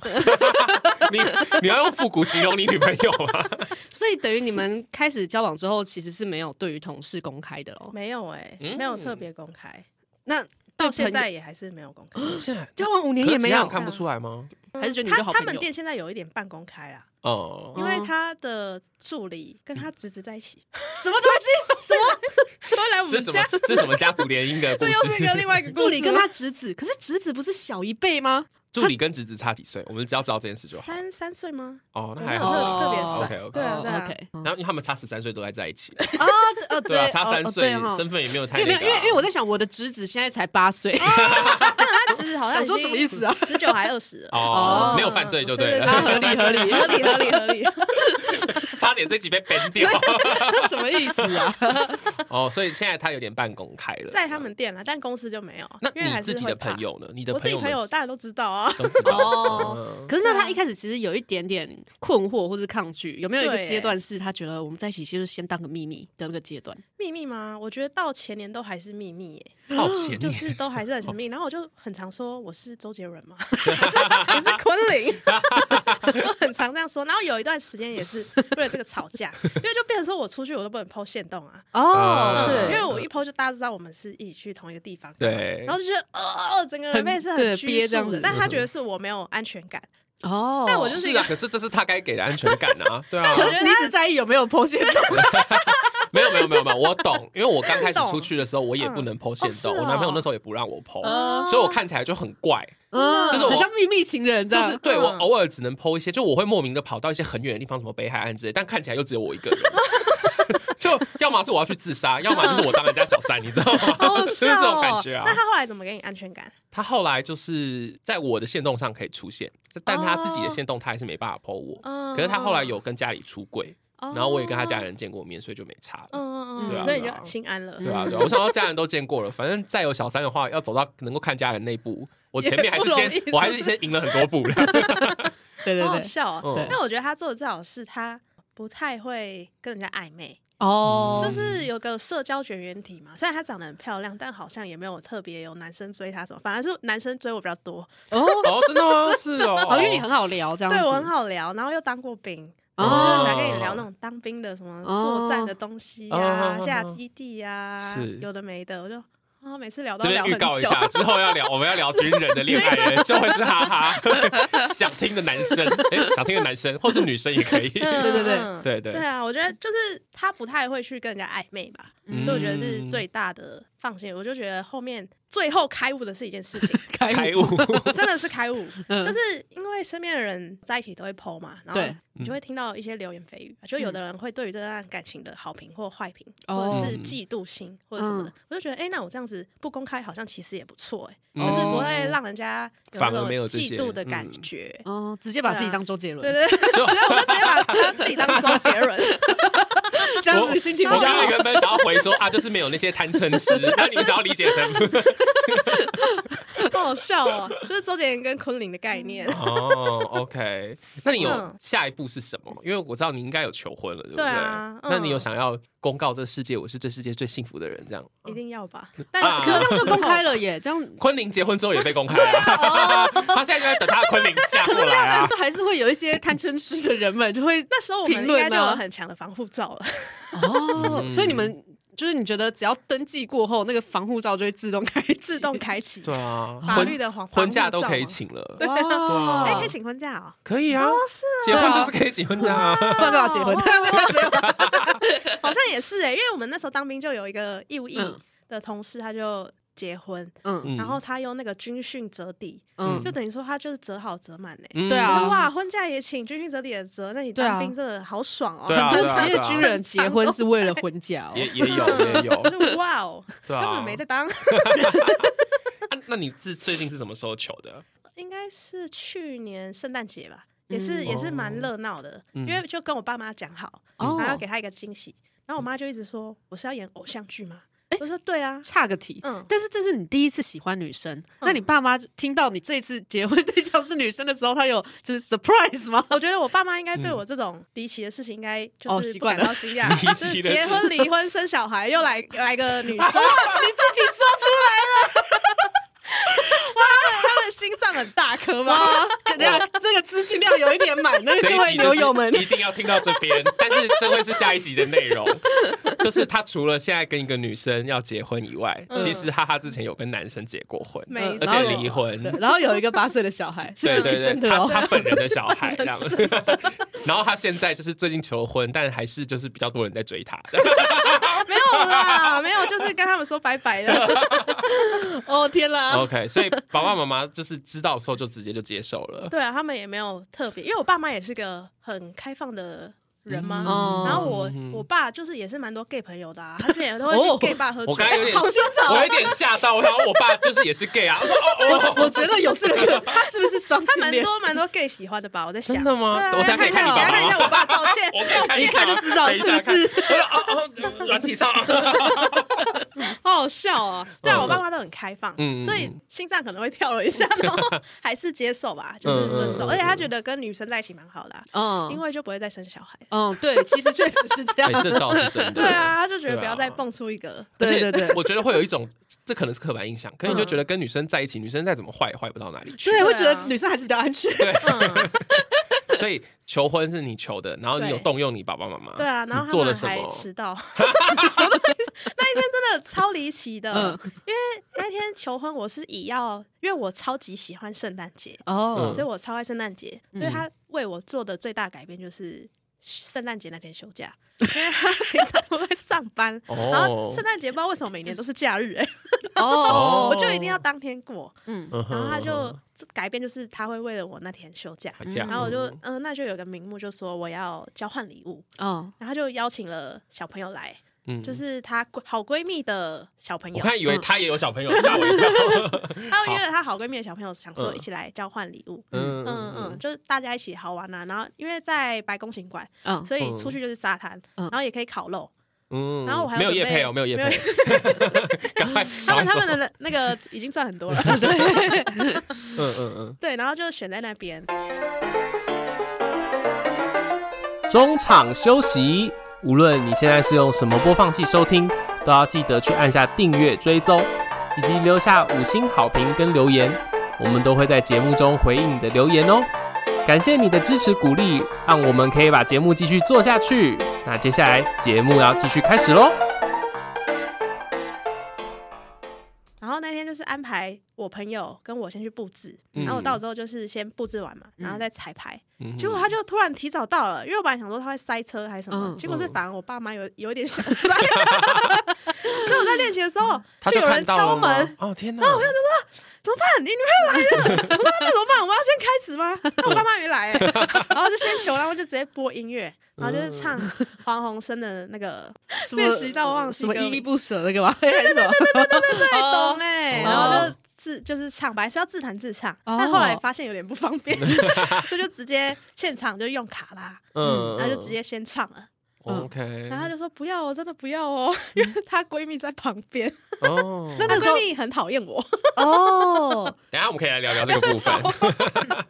[SPEAKER 1] 你你要用复古形容你女朋友
[SPEAKER 3] <laughs>
[SPEAKER 1] 吗？
[SPEAKER 2] 所以等于你们开始交往之后，其实是没有对于同事公开的哦。
[SPEAKER 3] 没有哎、
[SPEAKER 1] 嗯
[SPEAKER 3] 没有特别公开，
[SPEAKER 2] 那
[SPEAKER 3] 到
[SPEAKER 2] 对现
[SPEAKER 3] 现在
[SPEAKER 2] 在
[SPEAKER 3] 也还是没有公
[SPEAKER 1] <sniffs>
[SPEAKER 3] 开。
[SPEAKER 1] 现在
[SPEAKER 2] 交往五年也没
[SPEAKER 3] 啊
[SPEAKER 2] 有，
[SPEAKER 1] 看不出来吗？
[SPEAKER 2] 还是觉得你们
[SPEAKER 3] 他
[SPEAKER 2] 就好
[SPEAKER 3] 他
[SPEAKER 2] 朋
[SPEAKER 3] 们
[SPEAKER 2] 友
[SPEAKER 3] 店现在有一点半公开啦，
[SPEAKER 1] 哦，
[SPEAKER 3] 因为
[SPEAKER 2] 哦
[SPEAKER 3] 他的助理跟他侄子在一起，
[SPEAKER 2] 什么东西？什么
[SPEAKER 3] 都来我
[SPEAKER 1] 这
[SPEAKER 3] 们
[SPEAKER 1] 是什么
[SPEAKER 3] 家，？
[SPEAKER 1] 这是什么家族联姻的故
[SPEAKER 3] <laughs> 这又是
[SPEAKER 1] 事？
[SPEAKER 3] 一
[SPEAKER 1] <laughs>
[SPEAKER 3] 个另外
[SPEAKER 2] <laughs>
[SPEAKER 3] 一个故事
[SPEAKER 2] 助理跟他侄子？可是侄子不是小一辈吗？
[SPEAKER 1] 助理跟侄子差几岁？我们只要知道这件事
[SPEAKER 3] <laughs>
[SPEAKER 1] 就好。
[SPEAKER 3] 三三岁吗？
[SPEAKER 1] 哦，那还
[SPEAKER 3] 我没有
[SPEAKER 1] 好。
[SPEAKER 3] 特
[SPEAKER 2] 哦
[SPEAKER 3] 特别帅，
[SPEAKER 1] OK，OK
[SPEAKER 3] 对啊对
[SPEAKER 2] 哦
[SPEAKER 3] 啊。
[SPEAKER 2] ，OK，
[SPEAKER 1] 然后因为他们差十三岁都在在一起，
[SPEAKER 3] <laughs>
[SPEAKER 2] 啊，呃，
[SPEAKER 1] 对啊，差
[SPEAKER 2] 哦
[SPEAKER 1] 三
[SPEAKER 2] 哦
[SPEAKER 1] 岁
[SPEAKER 2] 对哈，
[SPEAKER 1] 身份也没有太
[SPEAKER 2] 因为没
[SPEAKER 1] 那
[SPEAKER 2] 有，
[SPEAKER 1] 个。啊
[SPEAKER 2] 因为因为我在想，我的侄子现在才八 <laughs> 岁，
[SPEAKER 3] 他侄子好像
[SPEAKER 2] 想说什么意思啊
[SPEAKER 3] 十九还二十了。
[SPEAKER 1] 哦
[SPEAKER 2] 哦
[SPEAKER 1] 没有犯罪就
[SPEAKER 3] 对
[SPEAKER 1] 对
[SPEAKER 2] 啊
[SPEAKER 1] 了，
[SPEAKER 2] 合理合理
[SPEAKER 3] 合理合理合理， <laughs>
[SPEAKER 1] <laughs> 差点这集被 ban 掉。
[SPEAKER 2] <laughs> 什么意思啊？
[SPEAKER 1] 哦，所以现在他有点半公开了，
[SPEAKER 3] 在他们店了，但公司就没有。
[SPEAKER 1] 那
[SPEAKER 3] 因为还
[SPEAKER 1] 你
[SPEAKER 3] 是
[SPEAKER 1] 自己
[SPEAKER 3] 会
[SPEAKER 1] 的
[SPEAKER 3] 怕
[SPEAKER 1] 朋，友呢？你的
[SPEAKER 3] 我自己朋
[SPEAKER 1] 们
[SPEAKER 3] 友大家都知道啊。
[SPEAKER 1] 都知道
[SPEAKER 2] 哦
[SPEAKER 1] 嗯
[SPEAKER 2] 可是那他一开始其实有一点点困惑或是抗拒，有没有一个
[SPEAKER 3] 对
[SPEAKER 2] 阶段是他觉得我们在一起就是先当个秘密的那个阶段？
[SPEAKER 3] 秘密吗？我觉得到前年都还是秘密耶，
[SPEAKER 1] 嗯好前
[SPEAKER 3] 就
[SPEAKER 1] 年
[SPEAKER 3] 是都还是很
[SPEAKER 1] 哦
[SPEAKER 3] 神秘。然后我就很常说我是周
[SPEAKER 1] <laughs>
[SPEAKER 3] 杰伦嘛，我是我是昆凌，我很常这样说。然后有一段时间也是为了这个吵架，因为就变成说我出去我都不能剖线洞啊，
[SPEAKER 1] <laughs> 哦
[SPEAKER 3] 嗯
[SPEAKER 1] 对
[SPEAKER 3] 因为我一剖就大家知道我们是一起去同一个地方，
[SPEAKER 1] 对，
[SPEAKER 3] 然后就觉得呃，整个人被是
[SPEAKER 2] 很对
[SPEAKER 3] 很
[SPEAKER 2] 憋
[SPEAKER 3] 拘
[SPEAKER 2] 这样
[SPEAKER 3] 束
[SPEAKER 2] 子
[SPEAKER 3] 的，但他
[SPEAKER 1] 嗯
[SPEAKER 3] 觉得是我没有安全感，
[SPEAKER 2] 哦，
[SPEAKER 3] 但我就是是一个
[SPEAKER 1] 啊，可是这是他该给的安全感
[SPEAKER 3] <laughs>
[SPEAKER 1] 啊，对啊，
[SPEAKER 2] 可
[SPEAKER 3] 我觉
[SPEAKER 2] 是
[SPEAKER 3] 得
[SPEAKER 2] 你
[SPEAKER 3] 他
[SPEAKER 2] 只在意有没有剖线洞，
[SPEAKER 1] 没有没有没有没有，我
[SPEAKER 3] <laughs>
[SPEAKER 1] 懂，因为我刚开始
[SPEAKER 3] 懂
[SPEAKER 1] 出去的时候，我也不能剖线
[SPEAKER 3] 是
[SPEAKER 1] 洞，
[SPEAKER 3] 哦
[SPEAKER 1] 我男朋友那时候也不让我剖，
[SPEAKER 2] 哦
[SPEAKER 1] 所以我看起来就很怪，
[SPEAKER 2] 嗯
[SPEAKER 1] 就是我
[SPEAKER 2] 很像秘密情人这
[SPEAKER 1] 就
[SPEAKER 2] 样。
[SPEAKER 1] 是对我
[SPEAKER 3] 嗯
[SPEAKER 1] 偶尔只能剖一些，就我会莫名的跑到一些很远的地方，什么北海岸之类，但看起来又只有我一个人。 <laughs> 就要么是我要去自杀，要么就是我当人家小三，你知道
[SPEAKER 3] <laughs>
[SPEAKER 1] 吗？
[SPEAKER 2] 好好
[SPEAKER 1] <laughs> 就是
[SPEAKER 2] 笑哦
[SPEAKER 1] 这种感觉啊
[SPEAKER 3] 那。他后来怎么给你安全感？
[SPEAKER 1] 他后来就是在我的线动上可以出现，但他自己
[SPEAKER 3] 哦
[SPEAKER 1] 的线动他还是没办法剖我。
[SPEAKER 3] 嗯
[SPEAKER 1] 可是他后来有跟家里出柜，
[SPEAKER 3] 然
[SPEAKER 1] 然后我也跟他家，人见过面，所以就没差了。
[SPEAKER 3] 哦嗯嗯
[SPEAKER 1] 对啊
[SPEAKER 3] 嗯，所以你
[SPEAKER 1] 对啊
[SPEAKER 3] 就心安了。
[SPEAKER 1] 对啊，对啊，我想到家人都见过了，反正再有小三的话，要走到能够看家人那一步，我前面还是
[SPEAKER 3] 也不容易
[SPEAKER 1] 先，我还是先赢了很多
[SPEAKER 3] <laughs>
[SPEAKER 1] 步了。
[SPEAKER 2] 对对
[SPEAKER 3] 好好
[SPEAKER 2] 对，
[SPEAKER 3] 笑哦。
[SPEAKER 1] 嗯
[SPEAKER 3] 但我觉得他做的最好是他不太会跟人家暧昧，
[SPEAKER 2] 哦
[SPEAKER 1] 嗯
[SPEAKER 3] 就是有个社交绝缘体嘛。虽然她长得很漂亮，但好像也没有特别有男生追她什么，反而是男生追我比较多。
[SPEAKER 2] 哦
[SPEAKER 1] 哦，真的吗？是哦，
[SPEAKER 2] 哦，因为你很好聊这样
[SPEAKER 3] 对
[SPEAKER 2] 子，
[SPEAKER 3] 我很好聊，然后又当过兵，
[SPEAKER 1] 哦
[SPEAKER 3] 然后
[SPEAKER 1] 喜
[SPEAKER 3] 就喜
[SPEAKER 1] 欢
[SPEAKER 3] 欢跟你聊那种当兵的什么
[SPEAKER 2] 哦
[SPEAKER 3] 作战的东西
[SPEAKER 1] 哦哦哦
[SPEAKER 3] 啊、
[SPEAKER 1] 哦
[SPEAKER 3] 下基地啊
[SPEAKER 1] 是，
[SPEAKER 3] 有的没的，我就啊每次聊
[SPEAKER 1] 这
[SPEAKER 3] 都
[SPEAKER 1] 边
[SPEAKER 3] 聊
[SPEAKER 1] 预
[SPEAKER 3] 很
[SPEAKER 1] 告一
[SPEAKER 3] 久。
[SPEAKER 1] 下，之后要聊我们要聊军人的恋爱人，就会是哈哈想听的男生，哎，想听的男生或是女生也
[SPEAKER 3] <laughs>
[SPEAKER 1] 可以。
[SPEAKER 2] 对对对
[SPEAKER 3] <laughs> 嗯
[SPEAKER 1] 对对
[SPEAKER 3] 对啊，我觉得就是他不太会去跟人家暧昧吧，
[SPEAKER 1] 嗯
[SPEAKER 3] 所以我觉得这是最大的放心。我就觉得后面最后开悟的是一件事情， <laughs>
[SPEAKER 2] 开
[SPEAKER 1] 开
[SPEAKER 2] 悟
[SPEAKER 1] 悟，
[SPEAKER 3] 真的是开悟，
[SPEAKER 2] 嗯
[SPEAKER 3] 就是因为身边的人在一起都会剖嘛，然
[SPEAKER 2] 对
[SPEAKER 3] 后你就
[SPEAKER 1] 嗯
[SPEAKER 3] 会听到一些流言蜚语，啊就有的人会对于这段感情的好评或坏评，
[SPEAKER 2] 哦
[SPEAKER 3] 或者是嫉妒心或者什
[SPEAKER 1] 嗯
[SPEAKER 3] 么的，我就觉得哎，诶那我这样子不公开好像其实也不错哎，
[SPEAKER 1] 嗯
[SPEAKER 3] 就是不会让人家有
[SPEAKER 1] 反而
[SPEAKER 3] 那
[SPEAKER 1] 没有
[SPEAKER 3] 种
[SPEAKER 1] 这些嗯
[SPEAKER 3] 嫉妒的感觉。
[SPEAKER 2] 哦，直接把自己当周杰伦，
[SPEAKER 3] 对对，对， <laughs> 所以我就直接把他自己当
[SPEAKER 1] <laughs>
[SPEAKER 3] 周杰伦。
[SPEAKER 2] 这样子心情
[SPEAKER 1] 嗯我
[SPEAKER 2] 比较
[SPEAKER 1] 刚
[SPEAKER 2] 好
[SPEAKER 1] 才。原本想要回说啊，就是没有那些贪嗔痴，
[SPEAKER 3] <laughs>
[SPEAKER 1] 那你们想要理解成
[SPEAKER 3] 好好笑哦，就是周杰伦跟昆凌的概念。
[SPEAKER 2] 嗯
[SPEAKER 1] 哦，OK，那你有
[SPEAKER 3] 嗯
[SPEAKER 1] 下一步是什么？因为我知道你应该有求婚了，对不对？
[SPEAKER 3] 对啊嗯
[SPEAKER 1] 那你有想要公告这世界我是这世界最幸福的人这样？
[SPEAKER 3] 一定要吧？
[SPEAKER 1] 啊
[SPEAKER 3] 但
[SPEAKER 2] 可是这样就公开
[SPEAKER 3] 了，
[SPEAKER 2] 了耶，这样。
[SPEAKER 1] 昆凌结婚之后也被公开了，
[SPEAKER 3] 哦
[SPEAKER 1] <laughs> 他现在就在等他的昆凌嫁
[SPEAKER 2] 可是
[SPEAKER 1] 过
[SPEAKER 2] 这
[SPEAKER 1] 来
[SPEAKER 2] 样
[SPEAKER 1] 啊。
[SPEAKER 2] 还是会有一些贪嗔痴的人们就会
[SPEAKER 3] 那时候我们
[SPEAKER 2] 评
[SPEAKER 3] 应
[SPEAKER 2] 论
[SPEAKER 3] 该就
[SPEAKER 2] 啊
[SPEAKER 3] 有很强的防护罩了。
[SPEAKER 2] 哦，
[SPEAKER 1] 嗯
[SPEAKER 2] 所以你们就是你觉得只要登记过后，那个防护罩就会自动开启
[SPEAKER 3] 自动开启。
[SPEAKER 1] 对啊，
[SPEAKER 3] <laughs> 法律
[SPEAKER 1] 婚
[SPEAKER 3] 的防
[SPEAKER 1] 婚假都可以
[SPEAKER 3] 请，
[SPEAKER 1] 请了，
[SPEAKER 2] 哇
[SPEAKER 1] 对
[SPEAKER 3] 哎、
[SPEAKER 1] 啊
[SPEAKER 3] 可以请婚假哦。
[SPEAKER 1] 可以啊，结婚就是可以请婚假啊。
[SPEAKER 2] 不然干嘛结婚？
[SPEAKER 3] 好像也是哎、因为我们那时候当兵就有一个义务役
[SPEAKER 2] 嗯
[SPEAKER 3] 的同事，他就结婚，
[SPEAKER 2] <laughs> 嗯
[SPEAKER 1] 嗯
[SPEAKER 3] 然后他用那个军训折抵，
[SPEAKER 2] 嗯
[SPEAKER 3] 就，等于说他就是折好折满哎、
[SPEAKER 1] 嗯
[SPEAKER 2] 对啊
[SPEAKER 3] 我说哇，婚假也请，军训折抵也折，那你
[SPEAKER 2] 对啊
[SPEAKER 3] 当兵真的好爽哦。
[SPEAKER 1] 对啊
[SPEAKER 2] 很多
[SPEAKER 1] 对啊
[SPEAKER 2] 职业
[SPEAKER 1] 对啊
[SPEAKER 2] 军人结婚是为了婚假哦。
[SPEAKER 1] 也嗯也有也有
[SPEAKER 3] 我，就哇哦，
[SPEAKER 1] <laughs> 对
[SPEAKER 3] 根
[SPEAKER 1] 啊
[SPEAKER 3] 本。没在当，
[SPEAKER 1] 啊那你是最近是什么时候求的？
[SPEAKER 3] 应该是去年圣诞节吧，也是、
[SPEAKER 1] 嗯
[SPEAKER 3] 也是蛮热闹的，
[SPEAKER 1] 嗯
[SPEAKER 3] 因为就跟我爸妈讲好，
[SPEAKER 2] 哦
[SPEAKER 3] 然后要给他一个惊喜，然后我妈就一直说我是要演偶像剧吗？我说对啊，
[SPEAKER 2] 岔个题，
[SPEAKER 3] 嗯
[SPEAKER 2] 但是这是你第一次喜欢女生，那你爸妈听到你这次结婚对象是女生的时候，他有就是 surprise 吗？
[SPEAKER 3] 我觉得我爸妈应该对
[SPEAKER 1] 嗯
[SPEAKER 3] 我这种离奇的事情，应该
[SPEAKER 2] 哦
[SPEAKER 3] 就
[SPEAKER 2] 习
[SPEAKER 3] 是不
[SPEAKER 2] 惯
[SPEAKER 3] 感
[SPEAKER 2] 了
[SPEAKER 3] 到惊讶。
[SPEAKER 1] 离
[SPEAKER 3] 就
[SPEAKER 1] 奇
[SPEAKER 3] 是
[SPEAKER 1] 的
[SPEAKER 3] 结
[SPEAKER 1] 事
[SPEAKER 3] 婚、离婚、生小孩，又来来
[SPEAKER 1] <laughs>
[SPEAKER 3] 个
[SPEAKER 2] 你
[SPEAKER 3] 女生，
[SPEAKER 2] 自己说出来
[SPEAKER 3] 他们心脏很大颗
[SPEAKER 1] 哦
[SPEAKER 3] 吧？
[SPEAKER 2] 吗？等一下这个资讯量有一点满， <laughs> 那
[SPEAKER 1] 这
[SPEAKER 2] 各
[SPEAKER 1] 一
[SPEAKER 2] 位
[SPEAKER 1] 集就
[SPEAKER 2] 牛
[SPEAKER 1] 是
[SPEAKER 2] 友们，
[SPEAKER 1] 一定要听到这边， <laughs> 但是这会是下一集的内容。 <laughs> 就是他除了现在跟一个女生要结婚以外，
[SPEAKER 3] 嗯
[SPEAKER 1] 其实哈哈之前有跟男生结过婚，
[SPEAKER 3] 没
[SPEAKER 1] 呃而
[SPEAKER 3] 错，
[SPEAKER 1] 且离婚。
[SPEAKER 2] 对然后有一个八岁的小孩是
[SPEAKER 1] 对
[SPEAKER 2] 自
[SPEAKER 1] 对
[SPEAKER 2] 己
[SPEAKER 1] 对，
[SPEAKER 2] 生的哦，
[SPEAKER 1] 他他本人的小孩这样，然后他现在就是最近求了婚，但还是就是比较多人在追他。
[SPEAKER 3] 没有啦，没有，就是跟他们说拜拜了。
[SPEAKER 2] 哦天啦，
[SPEAKER 1] OK，所以爸爸妈妈就是知道的时候就直接就接受了。
[SPEAKER 3] 对啊，他们也没有特别，因为我爸妈也是个很开放的人嘛。
[SPEAKER 2] 嗯
[SPEAKER 3] 然后我我爸就是也是蛮多 gay 朋友的啊，他之前都会
[SPEAKER 2] 哦
[SPEAKER 3] 去 gay 爸喝酒。
[SPEAKER 1] 我刚才有点，
[SPEAKER 2] 好新潮
[SPEAKER 1] 我有点吓到，然后我爸 <laughs> 就是也是 gay 啊，我说哦哦，
[SPEAKER 2] 我觉得有这个，他是不是双
[SPEAKER 3] 他
[SPEAKER 2] 性
[SPEAKER 3] 蛮
[SPEAKER 2] 恋？
[SPEAKER 3] 多蛮多 gay 喜欢的吧？我在想，
[SPEAKER 1] 真的吗
[SPEAKER 3] 对啊
[SPEAKER 1] 我等下可以
[SPEAKER 3] 看
[SPEAKER 1] 看你
[SPEAKER 3] 等
[SPEAKER 1] 爸爸
[SPEAKER 3] 下看一下我爸照片。
[SPEAKER 1] 我可以看
[SPEAKER 2] 一看就知道
[SPEAKER 1] 等一下
[SPEAKER 2] 是不是
[SPEAKER 1] 哦看
[SPEAKER 3] <laughs>
[SPEAKER 1] 我说哦哦，软体上。
[SPEAKER 3] 好笑哦。对啊，我爸妈都很开放
[SPEAKER 1] 嗯嗯嗯嗯，
[SPEAKER 3] 所以心脏可能会跳了一
[SPEAKER 1] <laughs>
[SPEAKER 3] 下，然后还是接受吧，就是尊
[SPEAKER 1] 嗯嗯嗯
[SPEAKER 3] 重。而且他觉得跟女生在一起蛮好的啊，
[SPEAKER 2] 嗯，
[SPEAKER 3] 因为就不会再生小孩。
[SPEAKER 2] 嗯，对，其实确实是这
[SPEAKER 1] 哎 <laughs>
[SPEAKER 2] 样。
[SPEAKER 1] 这倒是真的。
[SPEAKER 3] 对啊，他就觉得
[SPEAKER 1] 对啊
[SPEAKER 3] 不要再蹦出一个。
[SPEAKER 1] 而且
[SPEAKER 2] 对对对，
[SPEAKER 1] 我觉得会有一种，这可能是刻板印象，可能你就觉得跟女生在一起，女生再怎么坏也坏不到哪里去。
[SPEAKER 2] 对，会觉
[SPEAKER 3] 对
[SPEAKER 2] 得
[SPEAKER 3] 啊
[SPEAKER 2] 女生还是比较安全。
[SPEAKER 1] 对，
[SPEAKER 3] 嗯，
[SPEAKER 1] 所以求婚是你求的，然后你有
[SPEAKER 3] 对
[SPEAKER 1] 动用你爸爸妈妈，
[SPEAKER 3] 对啊，然后
[SPEAKER 1] 你
[SPEAKER 3] 他
[SPEAKER 1] 做了
[SPEAKER 3] 们
[SPEAKER 1] 什
[SPEAKER 3] 还
[SPEAKER 1] 么？
[SPEAKER 3] 迟
[SPEAKER 1] <laughs>
[SPEAKER 3] 到。我那一天真的超离奇的，
[SPEAKER 2] 嗯
[SPEAKER 3] 因为那天求婚我是以要，因为我超级喜欢圣诞节，
[SPEAKER 2] 哦
[SPEAKER 1] 嗯
[SPEAKER 3] 所以我超爱圣诞节，
[SPEAKER 2] 嗯
[SPEAKER 3] 所以他为我做的最大改变就是圣诞节那天休
[SPEAKER 1] <laughs>
[SPEAKER 3] 假，因为他平常都在上班，然后
[SPEAKER 1] 哦
[SPEAKER 3] 圣，诞节不知道为什么每年都是假日、哎，
[SPEAKER 2] 哦
[SPEAKER 3] 我就一定要当天过，
[SPEAKER 2] 嗯
[SPEAKER 1] 嗯哼
[SPEAKER 3] 然后他就这改变就是他会为了我那天休假，
[SPEAKER 1] 打架
[SPEAKER 3] 然后我就嗯，那就有个名目就说我要交换礼物，
[SPEAKER 2] 哦
[SPEAKER 3] 然后他就邀请了小朋友来，
[SPEAKER 1] 嗯
[SPEAKER 3] 就是她闺好闺蜜的小朋
[SPEAKER 1] 我
[SPEAKER 3] 友，
[SPEAKER 1] 看以为他也有小朋友，吓我一
[SPEAKER 3] <laughs>
[SPEAKER 1] 跳。
[SPEAKER 3] 她约了她好闺蜜的小朋友，想说
[SPEAKER 1] 嗯
[SPEAKER 3] 一起来交换礼物。
[SPEAKER 1] 嗯
[SPEAKER 3] 嗯嗯，，就是大家一起好玩啊，然后因为在白宫行馆，
[SPEAKER 2] 嗯，
[SPEAKER 3] 所以出去就是沙滩，
[SPEAKER 2] 嗯
[SPEAKER 3] 然后也可以烤肉。
[SPEAKER 1] 嗯
[SPEAKER 3] 然后我还要
[SPEAKER 1] 没有
[SPEAKER 3] 准
[SPEAKER 1] 夜
[SPEAKER 3] 备
[SPEAKER 1] 配哦，没有夜
[SPEAKER 3] 没有
[SPEAKER 1] 配， <laughs> 赶快，赶
[SPEAKER 3] 他们
[SPEAKER 1] 快
[SPEAKER 3] 他
[SPEAKER 1] 说
[SPEAKER 3] 们的
[SPEAKER 1] <laughs>
[SPEAKER 3] 那个已经赚很多了，
[SPEAKER 1] 嗯嗯嗯。
[SPEAKER 3] <laughs> 对，然后就选在那边。
[SPEAKER 1] 中场休息。无论你现在是用什么播放器收听，都要记得去按下订阅追踪，以及留下五星好评跟留言，我们都会在节目中回应你的留言哦。感谢你的支持鼓励，让我们可以把节目继续做下去。那接下来节目要继续开始喽。
[SPEAKER 3] 然后那天就是安排我朋友跟我先去布置，
[SPEAKER 1] 嗯
[SPEAKER 3] 然后我到之后就是先布置完嘛，然后再彩排。
[SPEAKER 1] 嗯
[SPEAKER 3] 结果他就突然提早到了，因为我本来想说他会塞车还是什么
[SPEAKER 2] 嗯，
[SPEAKER 3] 结果是反而我爸妈有有一点想塞。 <laughs> 所以我在练习的时候，就有人敲门，
[SPEAKER 1] 哦天哪！然后我就
[SPEAKER 3] 怎么办？你女朋友来了！我说那怎么办？我们要先开始吗？那我爸妈没来、欸，然后就先求，然后就直接播音乐，然后就是唱黄鸿升的那个
[SPEAKER 2] 什
[SPEAKER 3] 练习到忘记
[SPEAKER 2] 什么
[SPEAKER 3] 歌
[SPEAKER 2] 依
[SPEAKER 3] 名
[SPEAKER 2] 依不舍那个嘛，对对对
[SPEAKER 3] 太懂哎、
[SPEAKER 1] 哦
[SPEAKER 3] 然后就自就是唱，本来是要自弹自唱，
[SPEAKER 2] 哦
[SPEAKER 3] 但后来发现有点不方便，所以就直接现场就用卡拉，
[SPEAKER 1] 嗯
[SPEAKER 3] 然后就直接先唱了，
[SPEAKER 1] OK，
[SPEAKER 3] 嗯然后他就说不要哦，真的不要哦，因为她闺蜜在旁边，
[SPEAKER 1] 哦
[SPEAKER 2] 那
[SPEAKER 3] 她
[SPEAKER 2] 个时候
[SPEAKER 3] 闺蜜很讨厌我，
[SPEAKER 2] 哦，
[SPEAKER 1] <laughs> 等下我们可以来聊聊这个部分。
[SPEAKER 3] <laughs>